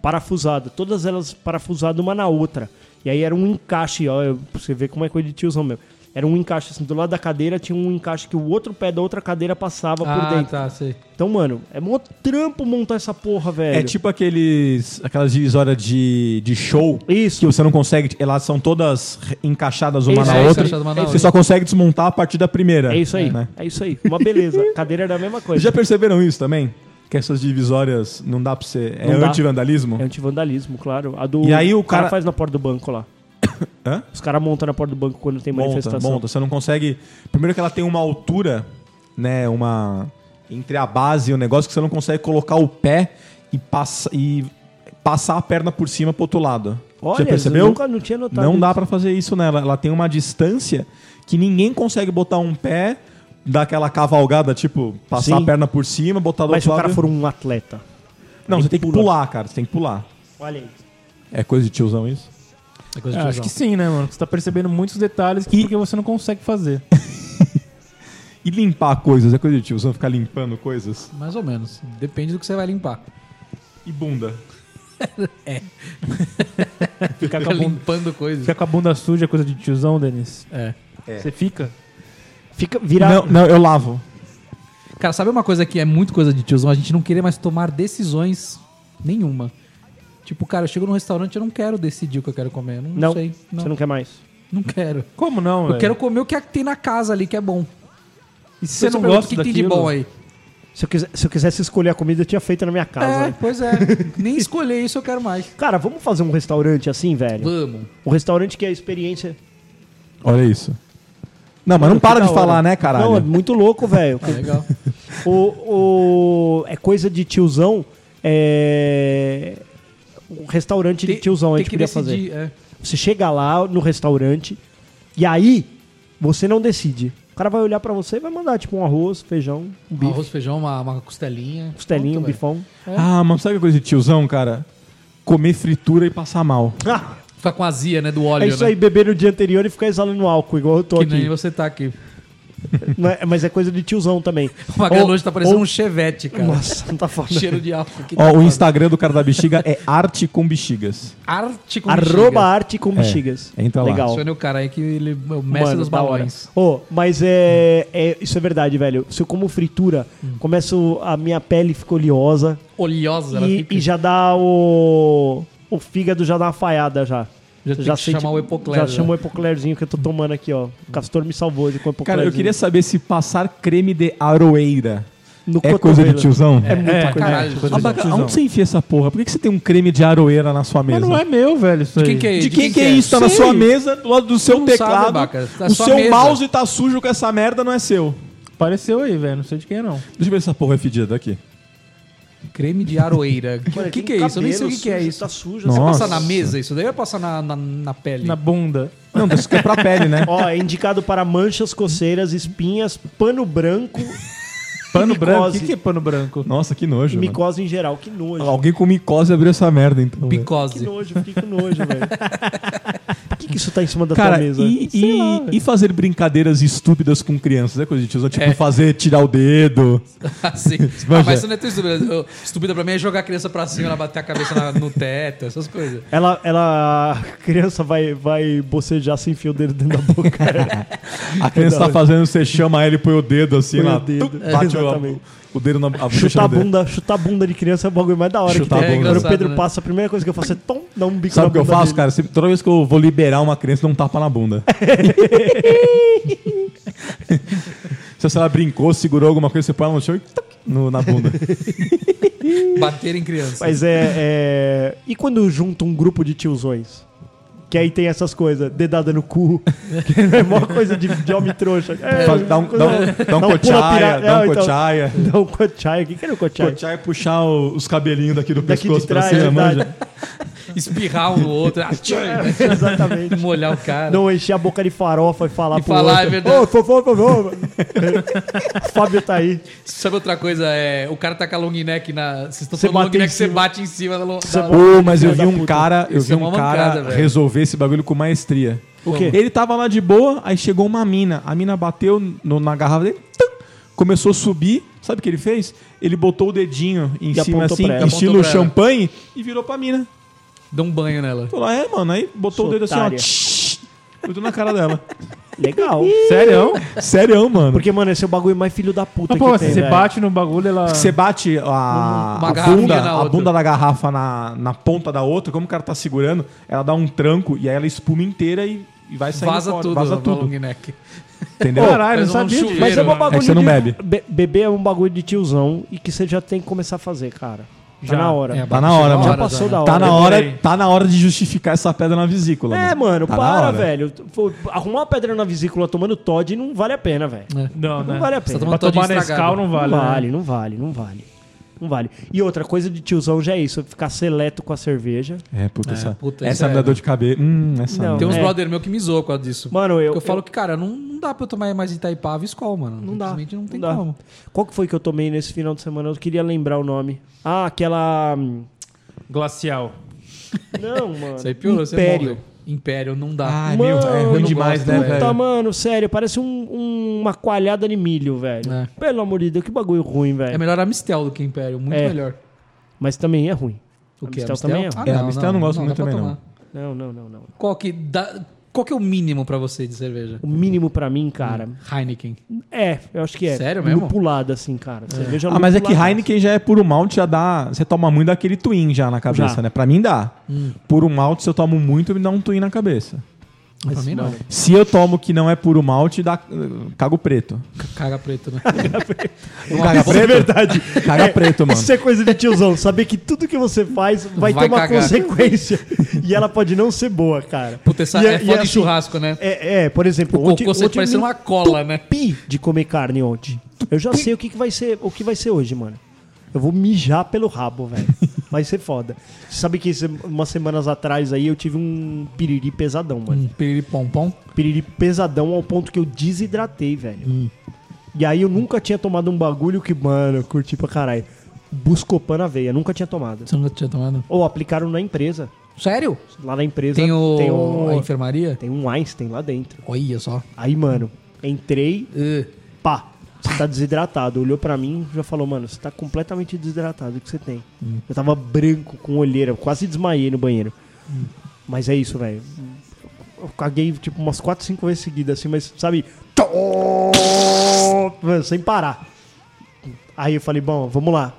[SPEAKER 4] parafusadas. Todas elas parafusadas uma na outra. E aí era um encaixe, ó. eu- pra Você vê como é coisa de tiozão mesmo. Era um encaixe, assim, do lado da cadeira tinha um encaixe que o outro pé da outra cadeira passava por
[SPEAKER 3] Ah,
[SPEAKER 4] dentro.
[SPEAKER 3] tá, sei.
[SPEAKER 4] Então, mano, é mó trampo montar essa porra, velho.
[SPEAKER 1] É tipo aqueles, aquelas divisórias de, de show que
[SPEAKER 4] Isso.
[SPEAKER 1] você não consegue. Elas são todas re- encaixadas uma
[SPEAKER 4] Isso,
[SPEAKER 1] na
[SPEAKER 4] é,
[SPEAKER 1] outra.
[SPEAKER 3] encaixadas uma na
[SPEAKER 1] Você
[SPEAKER 3] outra.
[SPEAKER 1] só consegue desmontar a partir da primeira.
[SPEAKER 4] É isso aí.
[SPEAKER 1] né?
[SPEAKER 4] É isso aí. Uma beleza. Cadeira era a mesma
[SPEAKER 1] Vocês
[SPEAKER 4] coisa.
[SPEAKER 1] já perceberam isso também? Que essas divisórias não dá pra ser. É
[SPEAKER 4] Não dá.
[SPEAKER 1] anti-vandalismo?
[SPEAKER 4] É antivandalismo, claro. A do
[SPEAKER 1] E aí o cara-
[SPEAKER 4] faz na porta do banco lá.
[SPEAKER 1] Hã?
[SPEAKER 4] Os caras montam na porta do banco quando tem
[SPEAKER 1] Monta,
[SPEAKER 4] manifestação.
[SPEAKER 1] monta. Você não consegue. Primeiro que ela tem uma altura, né? Uma. Entre a base e o negócio que você não consegue colocar o pé e, passa, e passar a perna por cima pro outro lado.
[SPEAKER 4] Olha,
[SPEAKER 1] Você percebeu?
[SPEAKER 4] eu nunca não tinha notado.
[SPEAKER 1] Não dá
[SPEAKER 4] isso.
[SPEAKER 1] pra fazer isso nela. Ela tem uma distância que ninguém consegue botar um pé, dar aquela cavalgada, tipo, passar
[SPEAKER 4] Sim.
[SPEAKER 1] a perna por cima, botar do
[SPEAKER 4] Mas se
[SPEAKER 1] outro
[SPEAKER 4] o
[SPEAKER 1] lado.
[SPEAKER 4] cara for um atleta.
[SPEAKER 1] Não, você
[SPEAKER 4] tem que
[SPEAKER 1] tem que
[SPEAKER 4] pular.
[SPEAKER 1] pular, cara. Você tem que pular.
[SPEAKER 4] Olha aí.
[SPEAKER 1] É coisa de tiozão isso?
[SPEAKER 3] É coisa
[SPEAKER 2] É,
[SPEAKER 4] Ah,
[SPEAKER 3] de
[SPEAKER 2] acho
[SPEAKER 3] tiozão.
[SPEAKER 2] que sim, né, mano? Você tá percebendo muitos detalhes que porque você não consegue fazer.
[SPEAKER 1] E limpar coisas, é coisa de tiozão ficar limpando coisas?
[SPEAKER 3] Mais ou menos. Depende do que você vai limpar.
[SPEAKER 1] E bunda?
[SPEAKER 2] Ficar com a bunda,
[SPEAKER 3] Limpando coisas.
[SPEAKER 2] ficar com a bunda suja é coisa de tiozão, Denis.
[SPEAKER 3] É.
[SPEAKER 2] Você fica?
[SPEAKER 4] Fica, virar.
[SPEAKER 1] Não, não, eu lavo.
[SPEAKER 3] Cara, sabe uma coisa que é muito coisa de tiozão? A gente não querer mais tomar decisões nenhuma. Tipo, cara, eu chego num restaurante, eu não quero decidir o que eu quero comer. Eu não,
[SPEAKER 4] Não,
[SPEAKER 3] sei. Não,
[SPEAKER 4] você não É.
[SPEAKER 3] não...
[SPEAKER 4] quer mais.
[SPEAKER 3] quero.
[SPEAKER 2] Como não,
[SPEAKER 3] Eu quero comer o que é que tem na casa ali, que é bom.
[SPEAKER 2] E se você não
[SPEAKER 3] pergunta,
[SPEAKER 2] gosta
[SPEAKER 3] o que tem de
[SPEAKER 2] daquilo?
[SPEAKER 3] bom aí?
[SPEAKER 4] Se eu, quise- se eu quisesse escolher a comida, eu tinha feito na minha casa.
[SPEAKER 3] É,
[SPEAKER 4] né?
[SPEAKER 3] pois é. Nem escolher isso eu quero mais.
[SPEAKER 4] Cara, vamos fazer um restaurante assim, velho?
[SPEAKER 3] Vamos.
[SPEAKER 4] Um restaurante que é a experiência.
[SPEAKER 1] Olha isso. Não, mas não para de falar, né, caralho?
[SPEAKER 4] Não, é muito louco, velho.
[SPEAKER 3] Ah, legal.
[SPEAKER 4] o, o- é coisa de tiozão. É. Um restaurante de tiozão a gente podia fazer.
[SPEAKER 3] fazer.
[SPEAKER 4] Você chega lá no restaurante e aí você não decide. O cara vai olhar pra você e vai mandar tipo um arroz, feijão, um bife,
[SPEAKER 3] Arroz, feijão, uma, uma costelinha.
[SPEAKER 4] costelinho, um
[SPEAKER 3] Pronto, velho.
[SPEAKER 4] bifão.
[SPEAKER 1] Ah, mas sabe que coisa de tiozão, cara? Comer fritura e passar mal.
[SPEAKER 4] Ah,
[SPEAKER 3] Ficar com azia, né, do óleo,
[SPEAKER 4] é isso
[SPEAKER 3] né?
[SPEAKER 4] aí, beber no dia anterior e ficar exalando álcool, igual eu tô
[SPEAKER 3] Que nem
[SPEAKER 4] aqui.
[SPEAKER 3] você tá aqui.
[SPEAKER 4] Não é- mas é coisa de tiozão também.
[SPEAKER 3] O Magrelo
[SPEAKER 4] Ou-
[SPEAKER 3] hoje tá parecendo
[SPEAKER 4] ou-
[SPEAKER 3] um chevette, cara.
[SPEAKER 4] Nossa, não tá foda.
[SPEAKER 3] Cheiro de álcool. Que
[SPEAKER 1] Ó, o Instagram do cara da bexiga é arte com bexigas.
[SPEAKER 3] Arte com
[SPEAKER 4] Arroba arte com bexigas.
[SPEAKER 1] É, entra lá.
[SPEAKER 4] Legal.
[SPEAKER 3] Adicione o cara aí que ele é o mestre dos
[SPEAKER 4] da hora.
[SPEAKER 3] balões.
[SPEAKER 4] Ô, mas é, é- Isso é verdade, velho. Se eu como fritura,
[SPEAKER 3] Hum.
[SPEAKER 4] começo. A minha pele fica oleosa.
[SPEAKER 3] Oleosa, ela
[SPEAKER 4] E,
[SPEAKER 3] fica.
[SPEAKER 4] e já dá o. O fígado já dá uma falhada já.
[SPEAKER 3] Já tem que chamar o Epocler,
[SPEAKER 4] Já
[SPEAKER 3] né?
[SPEAKER 4] chama o epoclerzinho que eu tô tomando aqui, ó. O Castor me salvou hoje com o epoclerzinho.
[SPEAKER 1] Cara, eu queria saber se passar creme de aroeira
[SPEAKER 4] No
[SPEAKER 1] é coisa
[SPEAKER 4] cotovelo.
[SPEAKER 1] de tiozão.
[SPEAKER 4] É muita
[SPEAKER 2] É,
[SPEAKER 4] coisa.
[SPEAKER 3] caralho,
[SPEAKER 4] coisa
[SPEAKER 3] coisa
[SPEAKER 4] de-
[SPEAKER 3] de-
[SPEAKER 1] Abaca, aonde você enfia essa porra? Por que, que você tem um creme de aroeira na sua mesa?
[SPEAKER 2] Mas não é meu, velho, isso
[SPEAKER 3] De
[SPEAKER 2] aí.
[SPEAKER 3] quem que é?
[SPEAKER 1] De quem que é isso? Tá na
[SPEAKER 2] Sei.
[SPEAKER 1] sua mesa, do lado do seu
[SPEAKER 3] Não sabe,
[SPEAKER 1] teclado.
[SPEAKER 3] Abaca. Tá
[SPEAKER 1] o
[SPEAKER 3] sua
[SPEAKER 1] seu
[SPEAKER 3] mesa.
[SPEAKER 1] mouse tá sujo com essa merda, não é seu.
[SPEAKER 2] Apareceu aí, velho. Não sei de quem é, não.
[SPEAKER 1] Deixa eu ver se essa porra é fedida aqui.
[SPEAKER 3] Creme de aroeira. O que,
[SPEAKER 4] Olha,
[SPEAKER 3] que,
[SPEAKER 4] tem
[SPEAKER 3] que é isso? Eu nem sei o que,
[SPEAKER 4] cabelo
[SPEAKER 3] que é
[SPEAKER 4] sujo,
[SPEAKER 3] isso.
[SPEAKER 4] Tá sujo.
[SPEAKER 1] Nossa.
[SPEAKER 4] essa
[SPEAKER 3] Passar na mesa isso daí ou é passar na, na, na pele?
[SPEAKER 2] Na bunda.
[SPEAKER 1] Não, isso que é pra pele, né?
[SPEAKER 4] Ó, é indicado para manchas, coceiras, espinhas, pano branco,
[SPEAKER 2] Pano
[SPEAKER 4] E
[SPEAKER 2] branco. O
[SPEAKER 4] micose.
[SPEAKER 2] que, que é pano branco?
[SPEAKER 1] Nossa, que nojo. mano.
[SPEAKER 4] micose em geral. Que nojo.
[SPEAKER 1] Alguém com micose abriu essa merda, então. velho.
[SPEAKER 4] Que
[SPEAKER 3] Picose.
[SPEAKER 4] nojo, fiquei com nojo, velho. Por que, que isso tá em cima da
[SPEAKER 1] Cara,
[SPEAKER 4] tua mesa?
[SPEAKER 1] e, e- e fazer brincadeiras estúpidas com crianças, é coisa de tiozão? Tipo, fazer tirar o dedo.
[SPEAKER 3] Assim.
[SPEAKER 1] Manja.
[SPEAKER 3] Ah, mas isso não é tão estúpida. Eu- Estúpida pra mim é jogar a criança pra cima, ela bater a cabeça na- no teto, essas coisas.
[SPEAKER 4] Ela, ela, a criança vai, vai bocejar sem fio o dedo dentro da boca.
[SPEAKER 1] A criança tá fazendo, você chama ele, põe o dedo assim
[SPEAKER 4] Põe
[SPEAKER 1] lá.
[SPEAKER 4] o dedo.
[SPEAKER 1] tuc,
[SPEAKER 4] É,
[SPEAKER 1] Bate o-
[SPEAKER 4] exatamente.
[SPEAKER 1] o, dedo na a bochecha
[SPEAKER 4] chutar
[SPEAKER 1] no
[SPEAKER 4] a
[SPEAKER 1] dedo.
[SPEAKER 4] bunda, chutar a bunda de criança é o bagulho mais da hora
[SPEAKER 1] Chutar a
[SPEAKER 4] que tem.
[SPEAKER 1] bunda.
[SPEAKER 4] Quando o
[SPEAKER 3] Engraçado,
[SPEAKER 4] Pedro
[SPEAKER 3] né?
[SPEAKER 4] passa, a primeira coisa que eu faço é tom, dá um bico
[SPEAKER 1] Sabe
[SPEAKER 4] na
[SPEAKER 1] o que eu
[SPEAKER 4] bunda
[SPEAKER 1] faço,
[SPEAKER 4] dele.
[SPEAKER 1] cara? Sempre- toda vez que eu vou liberar uma criança, eu dou um tapa na bunda. Se ela brincou, segurou alguma coisa, você põe ela no chão e tuc, no- na bunda.
[SPEAKER 3] Bater em criança.
[SPEAKER 4] Mas é, é- E quando junta um grupo de tiozões? Que aí tem essas coisas, dedada no cu, que é mó coisa de, de homem trouxa. É,
[SPEAKER 1] Faz- dá um, dá um, dá um
[SPEAKER 4] Dá um
[SPEAKER 1] cochaia, dá um
[SPEAKER 4] pula-pira- Não, então-
[SPEAKER 1] cochaia.
[SPEAKER 4] dá um cochai. O que que era o cochai?
[SPEAKER 1] Cochaia é puxar o- os cabelinhos daqui do
[SPEAKER 4] Daqui de
[SPEAKER 1] pescoço
[SPEAKER 4] trás,
[SPEAKER 1] pra cima,
[SPEAKER 4] é
[SPEAKER 1] manja.
[SPEAKER 3] Espirrar um no outro, ah, tchum,
[SPEAKER 4] Exatamente.
[SPEAKER 3] molhar o cara.
[SPEAKER 4] Não encher a boca de farofa e falar
[SPEAKER 3] E falar,
[SPEAKER 4] outro.
[SPEAKER 3] é verdade.
[SPEAKER 4] Ô, por favor, por favor. Fábio tá aí.
[SPEAKER 3] Sabe outra coisa? É, o cara tá com a long neck na. Vocês estão
[SPEAKER 4] Você
[SPEAKER 3] falando long
[SPEAKER 4] bate em
[SPEAKER 3] neck, você
[SPEAKER 4] cima.
[SPEAKER 3] bate em cima da long. da-
[SPEAKER 1] Ô, mas eu vi
[SPEAKER 4] Filha tá da
[SPEAKER 1] um
[SPEAKER 4] puta.
[SPEAKER 1] cara, eu
[SPEAKER 3] Isso
[SPEAKER 1] vi
[SPEAKER 3] é
[SPEAKER 1] um
[SPEAKER 3] uma
[SPEAKER 1] cara
[SPEAKER 3] mancada, velho.
[SPEAKER 1] resolver esse bagulho com maestria.
[SPEAKER 4] O quê?
[SPEAKER 1] Ele tava lá de boa, aí chegou uma mina. A mina bateu no- na garrafa dele, tum, começou a subir. Sabe o que ele fez? Ele botou o dedinho em
[SPEAKER 4] E
[SPEAKER 1] cima
[SPEAKER 4] apontou
[SPEAKER 1] assim,
[SPEAKER 4] pra ela.
[SPEAKER 1] estilo
[SPEAKER 3] Apontou pra ela.
[SPEAKER 1] champanhe, e virou pra mina.
[SPEAKER 3] Dá um banho nela.
[SPEAKER 1] Falou, é, mano. Aí botou o dedo assim, ó.
[SPEAKER 4] Otária.
[SPEAKER 1] tsh, Botou na cara dela.
[SPEAKER 4] Legal.
[SPEAKER 1] Sério? Sério, mano.
[SPEAKER 4] Porque, mano, esse é o bagulho mais filho da puta
[SPEAKER 2] Mas,
[SPEAKER 4] que
[SPEAKER 2] pô,
[SPEAKER 4] tem,
[SPEAKER 2] se você
[SPEAKER 4] velho.
[SPEAKER 2] bate no bagulho, ela.
[SPEAKER 1] Você bate a,
[SPEAKER 3] Uma
[SPEAKER 1] a
[SPEAKER 3] garrafinha
[SPEAKER 1] bunda,
[SPEAKER 3] na
[SPEAKER 1] a
[SPEAKER 3] outra.
[SPEAKER 1] bunda da garrafa na, na ponta da outra, como o cara tá segurando, ela dá um tranco e aí ela espuma inteira e, e vai saindo
[SPEAKER 3] Vaza
[SPEAKER 1] fora,
[SPEAKER 3] tudo, né,
[SPEAKER 1] vaza
[SPEAKER 3] a
[SPEAKER 1] tudo.
[SPEAKER 3] long neck.
[SPEAKER 1] Entendeu?
[SPEAKER 4] Caralho,
[SPEAKER 3] Faz um
[SPEAKER 4] não sabia. disso.
[SPEAKER 3] chuveiro,
[SPEAKER 4] Mas é um
[SPEAKER 3] mano.
[SPEAKER 4] bagulho
[SPEAKER 1] É que você não
[SPEAKER 4] de-
[SPEAKER 1] bebe.
[SPEAKER 4] be- beber é um bagulho de tiozão e que você já tem que começar a fazer, cara. Já tá na hora.
[SPEAKER 3] É,
[SPEAKER 4] É,
[SPEAKER 1] Tá na hora, mano.
[SPEAKER 4] Já passou da
[SPEAKER 1] Tá
[SPEAKER 4] hora, É,
[SPEAKER 1] na hora,
[SPEAKER 2] demorei.
[SPEAKER 1] tá na hora de justificar essa pedra na vesícula.
[SPEAKER 4] mano,
[SPEAKER 1] Tá na
[SPEAKER 4] para,
[SPEAKER 1] hora.
[SPEAKER 4] velho. Pô, Arrumar uma pedra na vesícula tomando Todd não vale a pena, velho.
[SPEAKER 1] É.
[SPEAKER 2] Não, né?
[SPEAKER 4] Não vale a
[SPEAKER 2] Pra
[SPEAKER 3] Você tá
[SPEAKER 4] pena.
[SPEAKER 3] tomando todinho
[SPEAKER 2] tomar
[SPEAKER 3] estragado.
[SPEAKER 2] Nescau não vale.
[SPEAKER 4] Não
[SPEAKER 2] né?
[SPEAKER 4] vale, não vale, não vale. Não vale. E outra coisa de tiozão já é isso, ficar seleto com a cerveja.
[SPEAKER 1] É, puta, essa,
[SPEAKER 3] puta, isso
[SPEAKER 1] essa me
[SPEAKER 3] é-
[SPEAKER 1] dá dor de cabeça. Hum, essa.
[SPEAKER 4] Não.
[SPEAKER 3] Tem uns
[SPEAKER 4] É.
[SPEAKER 3] brother meu que me zoam por causa disso.
[SPEAKER 4] Mano, eu-
[SPEAKER 3] Porque eu
[SPEAKER 4] eu-
[SPEAKER 3] falo que, cara, não, não dá pra eu tomar mais Itaipava e Skol, mano.
[SPEAKER 4] Não dá.
[SPEAKER 3] Simplesmente não tem
[SPEAKER 4] dá.
[SPEAKER 3] como.
[SPEAKER 4] Qual que foi que eu tomei nesse final de semana? Eu queria lembrar o nome. Ah, aquela. hum,
[SPEAKER 2] Glacial.
[SPEAKER 4] Não, mano.
[SPEAKER 3] Isso aí piorou, você
[SPEAKER 4] Império.
[SPEAKER 3] morre. Império, não dá.
[SPEAKER 1] Ah, é meio- é
[SPEAKER 4] eu
[SPEAKER 1] ruim
[SPEAKER 4] não
[SPEAKER 1] demais,
[SPEAKER 3] gosto,
[SPEAKER 1] né,
[SPEAKER 3] puta,
[SPEAKER 1] velho?
[SPEAKER 4] Tá, mano, sério, parece um- um- uma coalhada de milho, velho.
[SPEAKER 3] É.
[SPEAKER 4] Pelo amor de Deus, que bagulho ruim,
[SPEAKER 3] É
[SPEAKER 4] velho.
[SPEAKER 3] melhor Amistel do que Império, muito
[SPEAKER 4] É.
[SPEAKER 3] melhor.
[SPEAKER 4] Mas também é ruim.
[SPEAKER 3] O que?
[SPEAKER 4] Amistel também é ruim.
[SPEAKER 3] Ah,
[SPEAKER 1] É, Amistel eu não gosto muito
[SPEAKER 3] dá pra
[SPEAKER 1] também,
[SPEAKER 3] tomar.
[SPEAKER 4] Não, não, não, não.
[SPEAKER 3] Qual que, dá, qual que é o mínimo pra você de cerveja?
[SPEAKER 4] O mínimo pra mim, cara.
[SPEAKER 3] Heineken.
[SPEAKER 4] É, eu acho que é.
[SPEAKER 3] Hum. Sério mesmo?
[SPEAKER 4] Lupulada, assim, cara. Cerveja
[SPEAKER 1] Ah, mas é que
[SPEAKER 4] lupulada.
[SPEAKER 1] Heineken já é puro malte, já dá. Você toma muito daquele twin já na cabeça,
[SPEAKER 4] Já.
[SPEAKER 1] né? Pra mim dá. Puro malte, se eu tomo muito, me dá um twin na cabeça.
[SPEAKER 3] pra mim não.
[SPEAKER 1] Se eu tomo que não é puro malte, dá eh, cago preto.
[SPEAKER 3] Caga preto, né?
[SPEAKER 1] Caga
[SPEAKER 4] Isso é verdade.
[SPEAKER 1] Caga preto, mano.
[SPEAKER 4] Isso é coisa de tiozão. Saber que tudo que você faz vai,
[SPEAKER 3] Vai
[SPEAKER 4] ter uma
[SPEAKER 3] cagar.
[SPEAKER 4] consequência. E ela pode não ser boa, cara.
[SPEAKER 3] Puta, essa
[SPEAKER 4] E
[SPEAKER 3] é,
[SPEAKER 4] e
[SPEAKER 3] foda em
[SPEAKER 4] assim,
[SPEAKER 3] churrasco, né?
[SPEAKER 4] É, é, por exemplo,
[SPEAKER 3] O cocô sempre
[SPEAKER 4] eu
[SPEAKER 3] parecendo
[SPEAKER 4] me
[SPEAKER 3] uma cola, né?
[SPEAKER 4] entupi de comer carne ontem. Eu já sei o que, que vai ser, o que vai ser hoje, mano. Eu vou mijar pelo rabo, velho. Vai ser foda. Você sabe que se- umas semanas atrás aí eu tive um piriri pesadão, mano.
[SPEAKER 3] Um piriripompom.
[SPEAKER 4] Piriri pesadão ao ponto que eu desidratei, velho.
[SPEAKER 3] Hum.
[SPEAKER 4] E aí eu nunca tinha tomado um bagulho que, mano, eu curti pra caralho. Buscopan na veia, nunca tinha tomado.
[SPEAKER 3] Você não tinha tomado?
[SPEAKER 4] Ou aplicaram na empresa.
[SPEAKER 3] Sério?
[SPEAKER 4] Lá na empresa
[SPEAKER 3] Tem, o,
[SPEAKER 4] tem, um,
[SPEAKER 3] a enfermaria?
[SPEAKER 4] tem um Einstein lá dentro.
[SPEAKER 3] Olha só.
[SPEAKER 4] Aí, mano, entrei,
[SPEAKER 3] Uh,
[SPEAKER 4] pá, você tá desidratado. Olhou pra mim e já falou, mano, você tá completamente desidratado, o que você tem? Eu tava branco, com olheira, eu quase desmaiei no banheiro. Mas é isso, velho. Eu caguei, tipo, umas 4, 5 vezes seguidas, assim, mas, sabe? Tó- Mano, Sem parar. Aí eu falei, bom, vamos lá.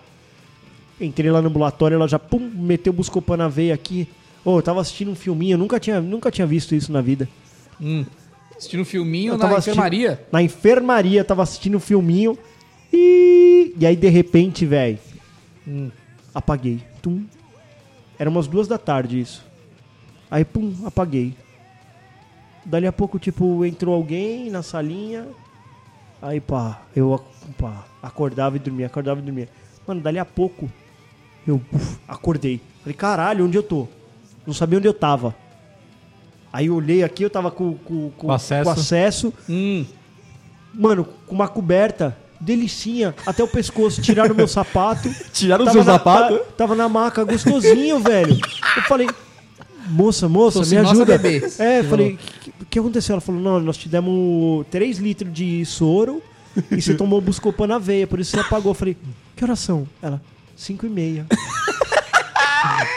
[SPEAKER 4] Entrei lá no ambulatório, ela já, pum, meteu o Buscopan na veia aqui. Ô, eu tava assistindo um filminho, eu nunca tinha, nunca tinha visto isso na vida.
[SPEAKER 3] assistindo um filminho
[SPEAKER 4] Eu
[SPEAKER 3] na
[SPEAKER 4] tava assistindo-
[SPEAKER 3] enfermaria.
[SPEAKER 4] Na enfermaria, tava assistindo um filminho. E, e aí, de repente, velho. Hum. Apaguei. Tum. Era umas duas da tarde isso. Aí, pum, apaguei. Dali a pouco, tipo, entrou alguém na salinha. Aí, pá, eu ac- pá, acordava e dormia, acordava e dormia. Mano, dali a pouco, Eu uf, acordei. Falei, caralho, onde eu tô? Não sabia onde eu tava. Aí eu olhei aqui, eu tava com, com, com,
[SPEAKER 2] Com acesso.
[SPEAKER 4] com acesso. Mano, com uma coberta delicinha até o pescoço. Tiraram meu sapato.
[SPEAKER 1] Tiraram o
[SPEAKER 4] Tava
[SPEAKER 1] seu
[SPEAKER 4] na-
[SPEAKER 1] sapato?
[SPEAKER 4] ta- Tava na maca, gostosinho, velho. Eu falei, moça, moça,
[SPEAKER 3] Falou assim,
[SPEAKER 4] me
[SPEAKER 3] "Nossa,
[SPEAKER 4] ajuda.
[SPEAKER 3] bebê.
[SPEAKER 4] É, eu falei, o que, que- que aconteceu? Ela falou, não, nós te demos 3 litros de soro e você tomou Buscopan na veia, por isso você apagou. Eu falei, que horas são? Ela, 5 e meia.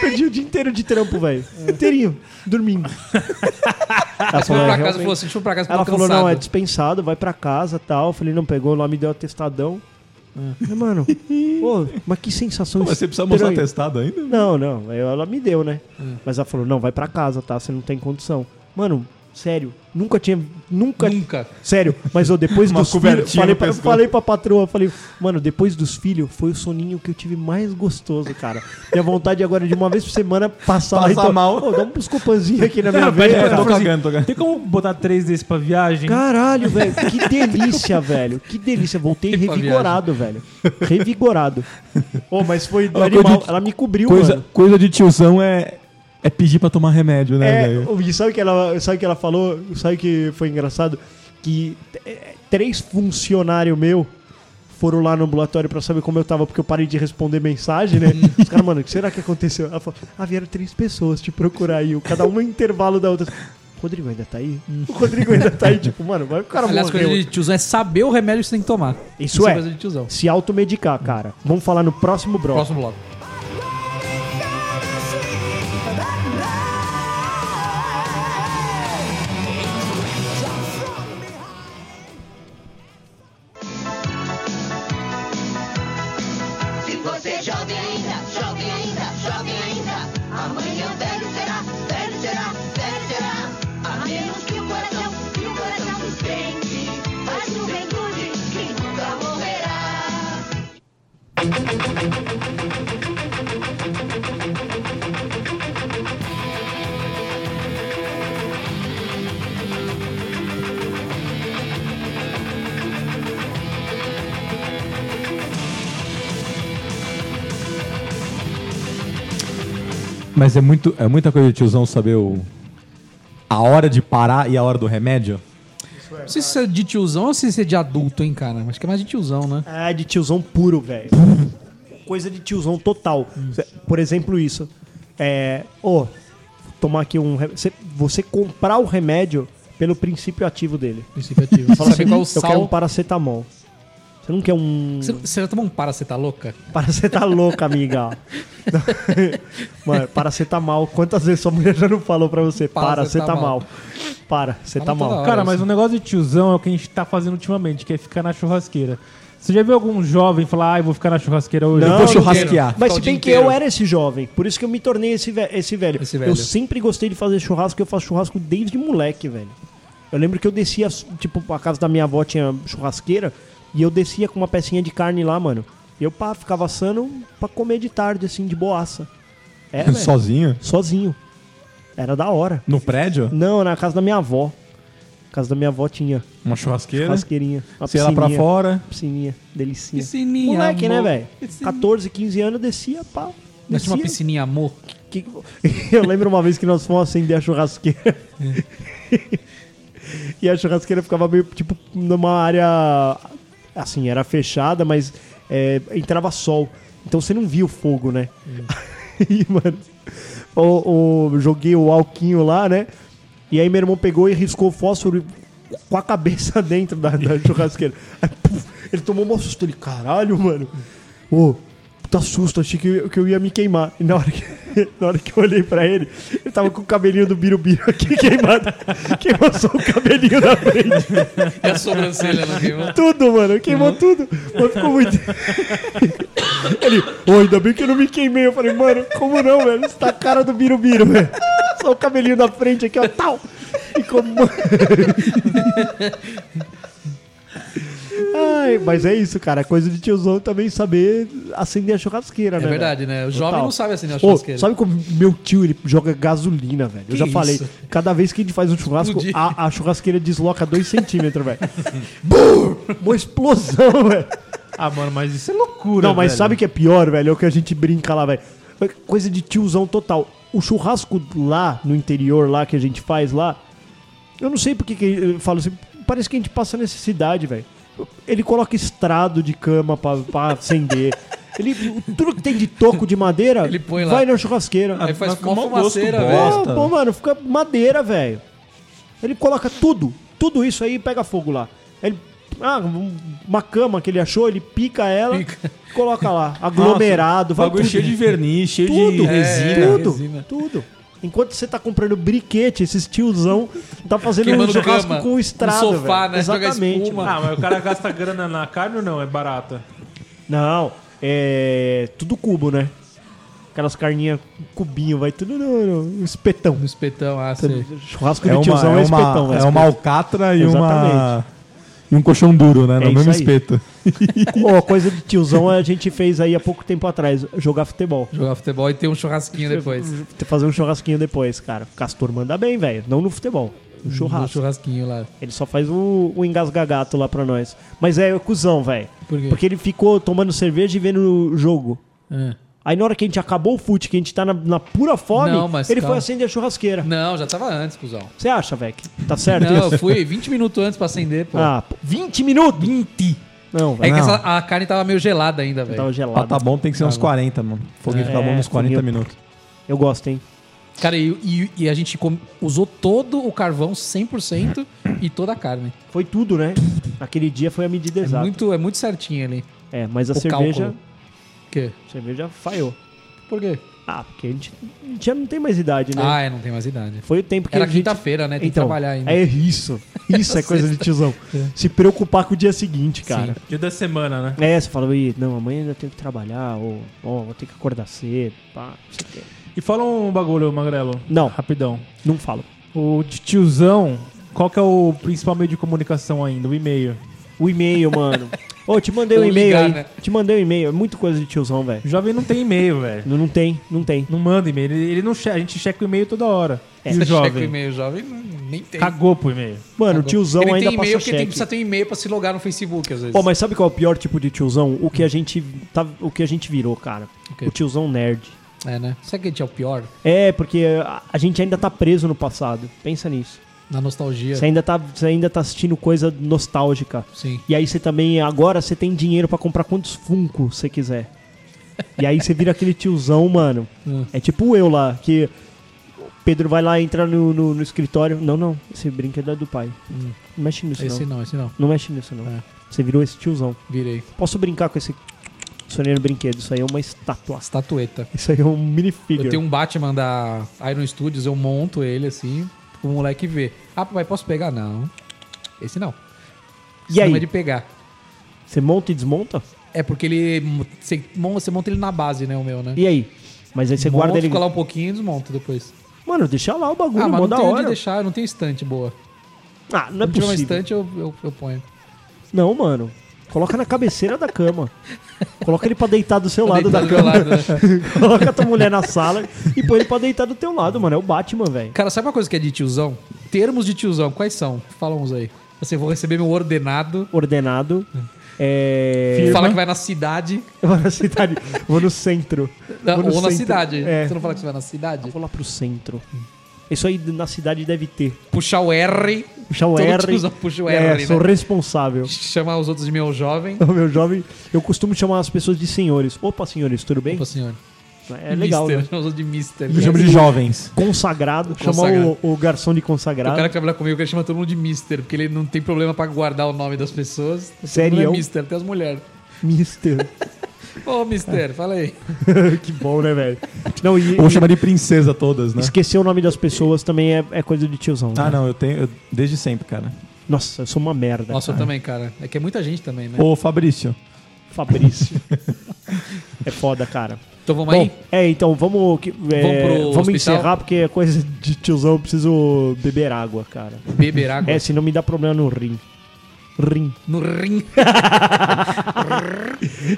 [SPEAKER 4] Perdi o dia inteiro de trampo, velho. Inteirinho, dormindo. Ela
[SPEAKER 3] Mas foi
[SPEAKER 4] "É,
[SPEAKER 3] pra casa,
[SPEAKER 4] realmente."
[SPEAKER 3] falou assim, deixa eu pra casa,
[SPEAKER 4] Ela
[SPEAKER 3] tô
[SPEAKER 4] falou,
[SPEAKER 3] cansado.
[SPEAKER 4] não, é dispensado, vai pra casa tal. Eu falei, não, pegou lá, me deu atestadão. Mas, Mano, pô, mas que sensação
[SPEAKER 1] Mas você precisa mostrar É.
[SPEAKER 4] estranha.
[SPEAKER 1] testado ainda?
[SPEAKER 4] Não, não, eu- ela me deu, né? Mas ela falou, não, vai pra casa, tá? Você não tem condição. Mano, sério, nunca tinha, nunca...
[SPEAKER 3] Nunca.
[SPEAKER 4] Sério, mas eu depois
[SPEAKER 1] Uma
[SPEAKER 4] dos
[SPEAKER 1] cobertinha
[SPEAKER 4] filhos, falei
[SPEAKER 1] no
[SPEAKER 4] pra,
[SPEAKER 1] pescoço.
[SPEAKER 4] falei pra patroa, falei, mano, depois dos filhos foi o soninho que eu tive mais gostoso, cara. Minha vontade agora de uma vez por semana passar lá e
[SPEAKER 1] Passar
[SPEAKER 4] to-
[SPEAKER 1] mal. É,
[SPEAKER 4] Ô, dá um buscopanzinho aqui na minha
[SPEAKER 2] Não, pede
[SPEAKER 4] veia,
[SPEAKER 2] pra
[SPEAKER 4] cara.
[SPEAKER 1] tô
[SPEAKER 2] Assim,
[SPEAKER 1] cagando, tô cagando.
[SPEAKER 2] Tem como botar três desses pra viagem?
[SPEAKER 4] Caralho, velho, que delícia, velho. Que delícia. Voltei
[SPEAKER 3] Que paviagem.
[SPEAKER 4] revigorado, velho. Revigorado. Ô, mas foi
[SPEAKER 1] Ó,
[SPEAKER 4] animal.
[SPEAKER 1] coisa de-
[SPEAKER 4] Ela me cobriu,
[SPEAKER 1] Coisa,
[SPEAKER 4] um, mano.
[SPEAKER 1] coisa de tiozão é, é pedir pra tomar remédio, né,
[SPEAKER 4] É,
[SPEAKER 1] velho?
[SPEAKER 4] e sabe o que ela, sabe o que ela falou? Sabe o que foi engraçado? Que é, três funcionários meu foram lá no ambulatório pra saber como eu tava, porque eu parei de responder mensagem, né? Os caras, mano, o que será que aconteceu? Ela falou, ah, vieram três pessoas te procurar aí, cada um um intervalo da outra. O Rodrigo ainda tá aí? O Rodrigo ainda tá aí, tipo, mano, vai o cara
[SPEAKER 3] Aliás, coisa
[SPEAKER 4] morreu.
[SPEAKER 3] de tiozão é saber o remédio que você tem que tomar.
[SPEAKER 4] Isso é.
[SPEAKER 3] coisa de tiozão.
[SPEAKER 4] Se automedicar, cara. Vamos falar no próximo bloco.
[SPEAKER 3] Próximo bloco.
[SPEAKER 5] Se você é jovem ainda, jovem ainda, jovem ainda, amanhã velho será, velho será, velho será. A menos que o coração, que o coração suspende, a juventude que nunca morrerá.
[SPEAKER 1] Mas é, muito, é muita coisa de tiozão saber o, a hora de parar e a hora do remédio.
[SPEAKER 3] Não sei se isso é de tiozão ou se isso é de adulto, hein, cara. Acho que é mais de tiozão, né?
[SPEAKER 4] Ah, de tiozão puro, velho. Coisa de tiozão total. Cê- Por exemplo, isso. É. Ô, tomar aqui um. re- cê- você comprar o remédio pelo princípio ativo dele.
[SPEAKER 3] Princípio ativo.
[SPEAKER 4] Fala assim,
[SPEAKER 3] Saber qual é o
[SPEAKER 4] eu quero um
[SPEAKER 3] sal.
[SPEAKER 4] paracetamol. Você não quer um.
[SPEAKER 3] Você você já tomou um paracetamol louca?
[SPEAKER 4] Paracetamol, louca, amiga. Mano, paracetamol. Quantas vezes sua mulher já não falou pra você?
[SPEAKER 3] Paracetamol.
[SPEAKER 4] Paracetamol. Paracetamol.
[SPEAKER 3] Fala toda hora.
[SPEAKER 2] Cara, mas o negócio de tiozão é o que a gente tá fazendo ultimamente, que é ficar na churrasqueira. Você já viu algum jovem falar, ah, eu vou ficar na churrasqueira hoje?
[SPEAKER 4] Não,
[SPEAKER 1] Vou
[SPEAKER 4] não
[SPEAKER 1] churrasquear.
[SPEAKER 4] Mas
[SPEAKER 3] Ficar
[SPEAKER 4] se
[SPEAKER 3] o
[SPEAKER 4] bem
[SPEAKER 3] dia
[SPEAKER 4] que
[SPEAKER 3] inteiro.
[SPEAKER 4] eu era esse jovem, por isso que eu me tornei esse, ve- esse, velho.
[SPEAKER 3] Esse velho.
[SPEAKER 4] Eu sempre gostei de fazer churrasco, eu faço churrasco desde moleque, velho. Eu lembro que eu descia, tipo, a casa da minha avó tinha churrasqueira, e eu descia com uma pecinha de carne lá, mano. E eu, pá, ficava assando pra comer de tarde, assim, de boaça. É, velho.
[SPEAKER 1] Sozinho?
[SPEAKER 4] Sozinho. Era da hora.
[SPEAKER 1] No prédio?
[SPEAKER 4] Não, na casa da minha avó. A casa da minha avó tinha
[SPEAKER 1] Uma churrasqueira?
[SPEAKER 4] churrasqueirinha. Uma
[SPEAKER 1] né? Você ia lá pra
[SPEAKER 4] piscininha.
[SPEAKER 1] fora.
[SPEAKER 4] Piscininha, delicinha.
[SPEAKER 3] Piscininha,
[SPEAKER 4] Moleque,
[SPEAKER 3] amor.
[SPEAKER 4] né, velho?
[SPEAKER 3] Piscininha.
[SPEAKER 4] 14, 15 anos, descia, pá.
[SPEAKER 3] Nós tinha uma
[SPEAKER 4] descia.
[SPEAKER 3] piscininha amor.
[SPEAKER 4] Que- Eu lembro uma vez que nós fomos acender a churrasqueira. e a churrasqueira ficava meio, tipo, numa área... Assim, era fechada, mas é, entrava sol. Então você não via o fogo, né? Aí, mano... o- o- joguei o alquinho lá, né? E aí meu irmão pegou e riscou o fósforo com a cabeça dentro da, da churrasqueira. Aí, puf, ele tomou um maior susto. Ele, caralho, mano. Ô, puta susto, achei que eu, que eu ia me queimar. E na hora que, na hora que eu olhei pra ele, ele tava com o cabelinho do birubiru aqui queimado. Queimou só o cabelinho na frente.
[SPEAKER 3] E a sobrancelha
[SPEAKER 1] né,
[SPEAKER 3] não queimou?
[SPEAKER 4] Tudo, mano. Queimou tudo. Mas ficou muito... ele, ô, ainda bem que eu não me queimei. Eu falei, mano, como não, velho? Isso tá a cara do birubiru, velho. Só o cabelinho da frente aqui, ó, tal. Ficou... mu- Ai, mas é isso, cara. Coisa de tiozão também saber acender a churrasqueira,
[SPEAKER 3] É
[SPEAKER 4] né?
[SPEAKER 3] verdade,
[SPEAKER 4] velho?
[SPEAKER 3] né? O jovem
[SPEAKER 4] Total.
[SPEAKER 3] não sabe acender a
[SPEAKER 4] Ô,
[SPEAKER 3] churrasqueira.
[SPEAKER 4] sabe como meu tio ele joga gasolina, velho? Eu já
[SPEAKER 3] isso?
[SPEAKER 4] falei. Cada vez que a gente faz um churrasco,
[SPEAKER 3] Explodir.
[SPEAKER 4] a, a churrasqueira desloca 2 centímetros, velho. Bum! Uma explosão, velho.
[SPEAKER 2] Ah, mano, mas isso é loucura,
[SPEAKER 4] Não, mas
[SPEAKER 2] velho.
[SPEAKER 4] sabe o que é pior, velho? É o que a gente brinca lá, velho. É Coisa de tiozão total. O churrasco lá, no interior lá, que a gente faz lá, eu não sei porque que eu falo assim, parece que a gente passa necessidade, velho. Ele coloca estrado de cama pra, pra acender. Ele, tudo que tem de toco de madeira,
[SPEAKER 3] Ele põe lá.
[SPEAKER 4] vai na churrasqueira.
[SPEAKER 3] Aí faz
[SPEAKER 1] Mas com
[SPEAKER 3] uma
[SPEAKER 1] mau gosto,
[SPEAKER 3] fumaceira, né?
[SPEAKER 1] bom.
[SPEAKER 3] velho.
[SPEAKER 4] Não, pô, mano, fica madeira, velho. Ele coloca tudo, tudo isso aí e pega fogo lá. Ele, ah, um- uma cama que ele achou, ele pica ela,
[SPEAKER 3] Pica.
[SPEAKER 4] coloca lá, aglomerado,
[SPEAKER 1] Nossa,
[SPEAKER 4] vai
[SPEAKER 1] bagulho
[SPEAKER 4] tudo.
[SPEAKER 1] cheio de verniz, cheio
[SPEAKER 4] tudo,
[SPEAKER 1] de resina.
[SPEAKER 4] tudo,
[SPEAKER 3] né? É, resina.
[SPEAKER 4] tudo. Enquanto você tá comprando briquete, esses tiozão tá fazendo um
[SPEAKER 3] Queimando
[SPEAKER 4] churrasco
[SPEAKER 3] grama,
[SPEAKER 4] com o estrado,
[SPEAKER 3] no sofá,
[SPEAKER 4] velho.
[SPEAKER 3] né? Joga
[SPEAKER 4] Exatamente.
[SPEAKER 3] espuma.
[SPEAKER 4] mano.
[SPEAKER 2] Ah, mas o cara gasta grana na carne ou não? É barata.
[SPEAKER 4] Não, é tudo cubo, né? Aquelas carninhas cubinho, vai tudo no, no espetão.
[SPEAKER 3] No espetão, ah, sei.
[SPEAKER 4] Churrasco
[SPEAKER 1] É
[SPEAKER 4] de
[SPEAKER 1] uma,
[SPEAKER 4] tiozão
[SPEAKER 1] é
[SPEAKER 4] é,
[SPEAKER 1] uma,
[SPEAKER 4] espetão,
[SPEAKER 1] é
[SPEAKER 4] velho.
[SPEAKER 1] uma alcatra e uma...
[SPEAKER 4] Exatamente.
[SPEAKER 1] E um colchão duro, né?
[SPEAKER 4] É
[SPEAKER 1] no mesmo
[SPEAKER 4] isso aí.
[SPEAKER 1] espeto.
[SPEAKER 4] Ó, coisa de tiozão a gente fez aí há pouco tempo atrás, jogar futebol.
[SPEAKER 3] Jogar futebol e ter um churrasquinho depois.
[SPEAKER 4] Fazer um churrasquinho depois, cara. Castor manda bem, velho. Não no futebol, no
[SPEAKER 3] Um
[SPEAKER 4] churrasco.
[SPEAKER 3] churrasquinho lá.
[SPEAKER 4] Ele só faz o, o engasgagato lá pra nós. Mas é cuzão, velho.
[SPEAKER 3] Por quê?
[SPEAKER 4] Porque ele ficou tomando cerveja e vendo o jogo.
[SPEAKER 3] Ah.
[SPEAKER 4] Aí na hora que a gente acabou o fute, que a gente tá na, na pura fome,
[SPEAKER 3] Não, mas
[SPEAKER 4] ele
[SPEAKER 3] calma.
[SPEAKER 4] foi acender a churrasqueira.
[SPEAKER 3] Não, já tava antes, cuzão.
[SPEAKER 4] Você acha, velho? que Tá certo
[SPEAKER 3] Não,
[SPEAKER 4] isso?
[SPEAKER 3] eu fui 20 minutos antes pra acender, pô.
[SPEAKER 4] Ah, pô, 20 minutos? 20!
[SPEAKER 3] é
[SPEAKER 4] Não,
[SPEAKER 3] Ah,
[SPEAKER 4] velho.
[SPEAKER 3] que
[SPEAKER 1] não.
[SPEAKER 3] essa- a carne tava meio gelada ainda,
[SPEAKER 4] Tava
[SPEAKER 3] velho.
[SPEAKER 1] Pra
[SPEAKER 4] gelado.
[SPEAKER 1] tá bom tem que ser uns 40, mano. Foguinho
[SPEAKER 4] É,
[SPEAKER 1] fica bom uns 40
[SPEAKER 4] foguinho.
[SPEAKER 1] minutos.
[SPEAKER 4] Eu gosto, hein?
[SPEAKER 3] Cara, e, e- e a gente com- usou todo o carvão 100% e toda a carne.
[SPEAKER 4] Foi tudo, né? Naquele dia foi a medida
[SPEAKER 3] É
[SPEAKER 4] exata.
[SPEAKER 3] muito, é muito certinho ali.
[SPEAKER 4] É, mas a
[SPEAKER 3] o
[SPEAKER 4] cerveja,
[SPEAKER 3] cálculo. O quê?
[SPEAKER 4] a cerveja falhou.
[SPEAKER 3] Por quê?
[SPEAKER 4] Ah, porque a gente já não tem mais idade, né?
[SPEAKER 3] Ah, é, não tem mais idade.
[SPEAKER 4] Foi o tempo que
[SPEAKER 3] Era
[SPEAKER 4] a gente...
[SPEAKER 3] quinta-feira, né? Tem que trabalhar ainda. É.
[SPEAKER 4] É isso. Isso é coisa de tiozão. Se preocupar com o dia seguinte, cara.
[SPEAKER 2] Dia da semana, né?
[SPEAKER 4] É, você fala, "Ih, não, amanhã ainda tenho que trabalhar, ou ó, vou ter que acordar cedo, pá, não sei o quê."
[SPEAKER 2] E fala um bagulho, Magrelo.
[SPEAKER 4] Não,
[SPEAKER 2] Rapidão.
[SPEAKER 4] não falo.
[SPEAKER 2] O de tiozão, qual que é o principal meio de comunicação ainda? O e-mail.
[SPEAKER 4] O e-mail, mano. Ô, te mandei um
[SPEAKER 3] Ou
[SPEAKER 4] e-mail
[SPEAKER 3] ligar,
[SPEAKER 4] aí.
[SPEAKER 3] né?
[SPEAKER 4] Te mandei um e-mail, é muito coisa de tiozão, velho.
[SPEAKER 2] O jovem não tem e-mail, velho.
[SPEAKER 4] Não, não tem, não tem.
[SPEAKER 2] Não manda e-mail. Ele, ele não che- A gente checa o e-mail toda hora. E o
[SPEAKER 3] Você É, checa o
[SPEAKER 2] jovem?
[SPEAKER 3] e-mail jovem, não- nem tem.
[SPEAKER 2] Cagou pro e-mail.
[SPEAKER 4] Mano,
[SPEAKER 3] Cagou.
[SPEAKER 4] o tiozão
[SPEAKER 3] Tá Ele
[SPEAKER 4] ainda
[SPEAKER 3] tem e-mail
[SPEAKER 4] passa
[SPEAKER 3] porque tem,
[SPEAKER 4] cheque.
[SPEAKER 3] precisa ter um e-mail pra se logar no Facebook, às vezes.
[SPEAKER 4] Pô, mas sabe qual é o pior tipo de tiozão? O que a gente, tá, o que a gente virou, cara.
[SPEAKER 3] O quê?
[SPEAKER 4] O tiozão nerd.
[SPEAKER 3] É, né? Será que a gente é o pior?
[SPEAKER 4] É, porque a, a gente ainda tá preso no passado. Pensa nisso.
[SPEAKER 3] Na nostalgia.
[SPEAKER 4] Você ainda tá, você ainda tá assistindo coisa nostálgica.
[SPEAKER 3] Sim.
[SPEAKER 4] E aí você também, agora você tem dinheiro pra comprar quantos Funko você quiser. E aí você vira aquele tiozão, mano.
[SPEAKER 3] Hum.
[SPEAKER 4] É tipo eu lá, que o Pedro vai lá entrar no, no, no escritório. Não, não, esse brinquedo é do pai. Não mexe nisso,
[SPEAKER 3] Hum. Esse
[SPEAKER 4] não.
[SPEAKER 3] não, esse não.
[SPEAKER 4] Não mexe nisso, não.
[SPEAKER 3] É.
[SPEAKER 4] Você virou esse tiozão.
[SPEAKER 3] Virei.
[SPEAKER 4] Posso brincar com esse soneiro brinquedo? Isso aí é uma estátua.
[SPEAKER 3] Estatueta.
[SPEAKER 4] Isso aí é um minifigure.
[SPEAKER 3] Eu tenho um Batman da Iron Studios, eu monto ele assim, o moleque vê. Ah, papai, posso pegar? Não. Esse não.
[SPEAKER 4] E aí?
[SPEAKER 3] Não é de pegar. um-
[SPEAKER 4] Você monta e desmonta?
[SPEAKER 3] É porque ele. Você mon- você monta, ele na base, né? O meu, né?
[SPEAKER 4] E aí? Mas aí você
[SPEAKER 3] Monto,
[SPEAKER 4] guarda ele.
[SPEAKER 3] fica lá um pouquinho e desmonto depois.
[SPEAKER 4] Mano, deixa lá o bagulho,
[SPEAKER 3] ah,
[SPEAKER 4] mó
[SPEAKER 3] mas não
[SPEAKER 4] da
[SPEAKER 3] tem onde
[SPEAKER 4] hora.
[SPEAKER 3] deixar, eu não tenho estante boa.
[SPEAKER 4] Ah, não é
[SPEAKER 3] Se tiver uma
[SPEAKER 4] possível.
[SPEAKER 3] estante, eu, um eu, eu ponho.
[SPEAKER 4] Não, mano. Coloca na cabeceira da cama. Coloca ele pra deitar do seu lado
[SPEAKER 3] Deitado
[SPEAKER 4] da
[SPEAKER 3] do meu
[SPEAKER 4] cama.
[SPEAKER 3] lado, né?
[SPEAKER 4] Coloca a tua mulher na sala e põe ele pra deitar do teu lado, mano. É o Batman, velho.
[SPEAKER 3] Cara, sabe uma coisa que é de tiozão? Termos de tiozão, quais são? Fala uns aí. Assim, eu vou receber meu ordenado.
[SPEAKER 4] Ordenado. É.
[SPEAKER 3] Fala que vai na cidade.
[SPEAKER 4] Eu vou na cidade. Vou no centro.
[SPEAKER 3] Não,
[SPEAKER 4] Vou no
[SPEAKER 3] ou na
[SPEAKER 4] centro.
[SPEAKER 3] cidade.
[SPEAKER 4] É.
[SPEAKER 3] Você não fala que você vai na cidade?
[SPEAKER 4] Vou lá pro centro. Isso aí na cidade deve ter.
[SPEAKER 3] Puxar o R.
[SPEAKER 4] Puxar o
[SPEAKER 3] Todo
[SPEAKER 4] R.
[SPEAKER 3] tiozão puxa o
[SPEAKER 4] é,
[SPEAKER 3] R, né?
[SPEAKER 4] sou responsável.
[SPEAKER 3] Chamar os outros de meu jovem.
[SPEAKER 4] O meu jovem, eu costumo chamar as pessoas de senhores. Opa, senhores, tudo bem?
[SPEAKER 3] Opa, senhor.
[SPEAKER 4] É legal,
[SPEAKER 3] Tipo assim, Mister.
[SPEAKER 4] né?
[SPEAKER 3] Chama os outros de mister.
[SPEAKER 1] Eu
[SPEAKER 2] É.
[SPEAKER 1] chamo de jovens.
[SPEAKER 4] Consagrado. Chamar
[SPEAKER 3] Consagrado.
[SPEAKER 4] o, o garçom de
[SPEAKER 3] O
[SPEAKER 4] consagrado.
[SPEAKER 3] cara que trabalha comigo, ele chama todo mundo de mister, porque ele não tem problema pra guardar o nome das pessoas. Todo mundo
[SPEAKER 4] Sério?
[SPEAKER 3] É mister, até as mulheres.
[SPEAKER 4] Mister.
[SPEAKER 3] Ô,
[SPEAKER 4] É.
[SPEAKER 3] mister, fala aí.
[SPEAKER 4] que bom, né, velho? Não, e,
[SPEAKER 1] Ou
[SPEAKER 4] e
[SPEAKER 1] chamar de princesa todas, né?
[SPEAKER 4] esquecer o nome das pessoas também é, é coisa de tiozão.
[SPEAKER 1] Ah,
[SPEAKER 4] né?
[SPEAKER 1] não, eu tenho. eu- desde sempre, cara.
[SPEAKER 4] Nossa, eu sou uma merda.
[SPEAKER 3] Nossa, eu também, cara. É que é muita gente também, né?
[SPEAKER 1] Ô, Fabrício.
[SPEAKER 4] Fabrício. é foda, cara.
[SPEAKER 3] Então vamos
[SPEAKER 4] Bom,
[SPEAKER 3] aí?
[SPEAKER 4] é, então vamos, que- é,
[SPEAKER 3] Vamos pro
[SPEAKER 4] vamos,
[SPEAKER 3] hospital?
[SPEAKER 4] encerrar porque é coisa de tiozão. Eu preciso beber água, cara.
[SPEAKER 3] Beber água.
[SPEAKER 4] É, senão me dá problema no rim. Rim.
[SPEAKER 3] No rim.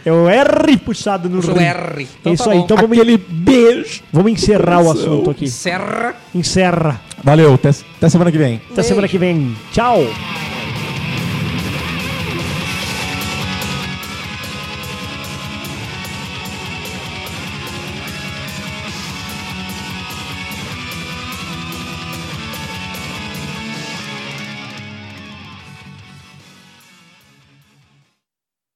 [SPEAKER 4] É o R puxado no
[SPEAKER 3] Puxa
[SPEAKER 4] rim.
[SPEAKER 3] o R. Então
[SPEAKER 4] Isso
[SPEAKER 3] tá
[SPEAKER 4] aí,
[SPEAKER 3] bom.
[SPEAKER 4] então vamos. Aquele beijo. Vamos encerrar o assunto aqui.
[SPEAKER 3] Serra.
[SPEAKER 4] Encerra.
[SPEAKER 1] Valeu, até- até semana que vem.
[SPEAKER 4] Até semana que vem. Tchau.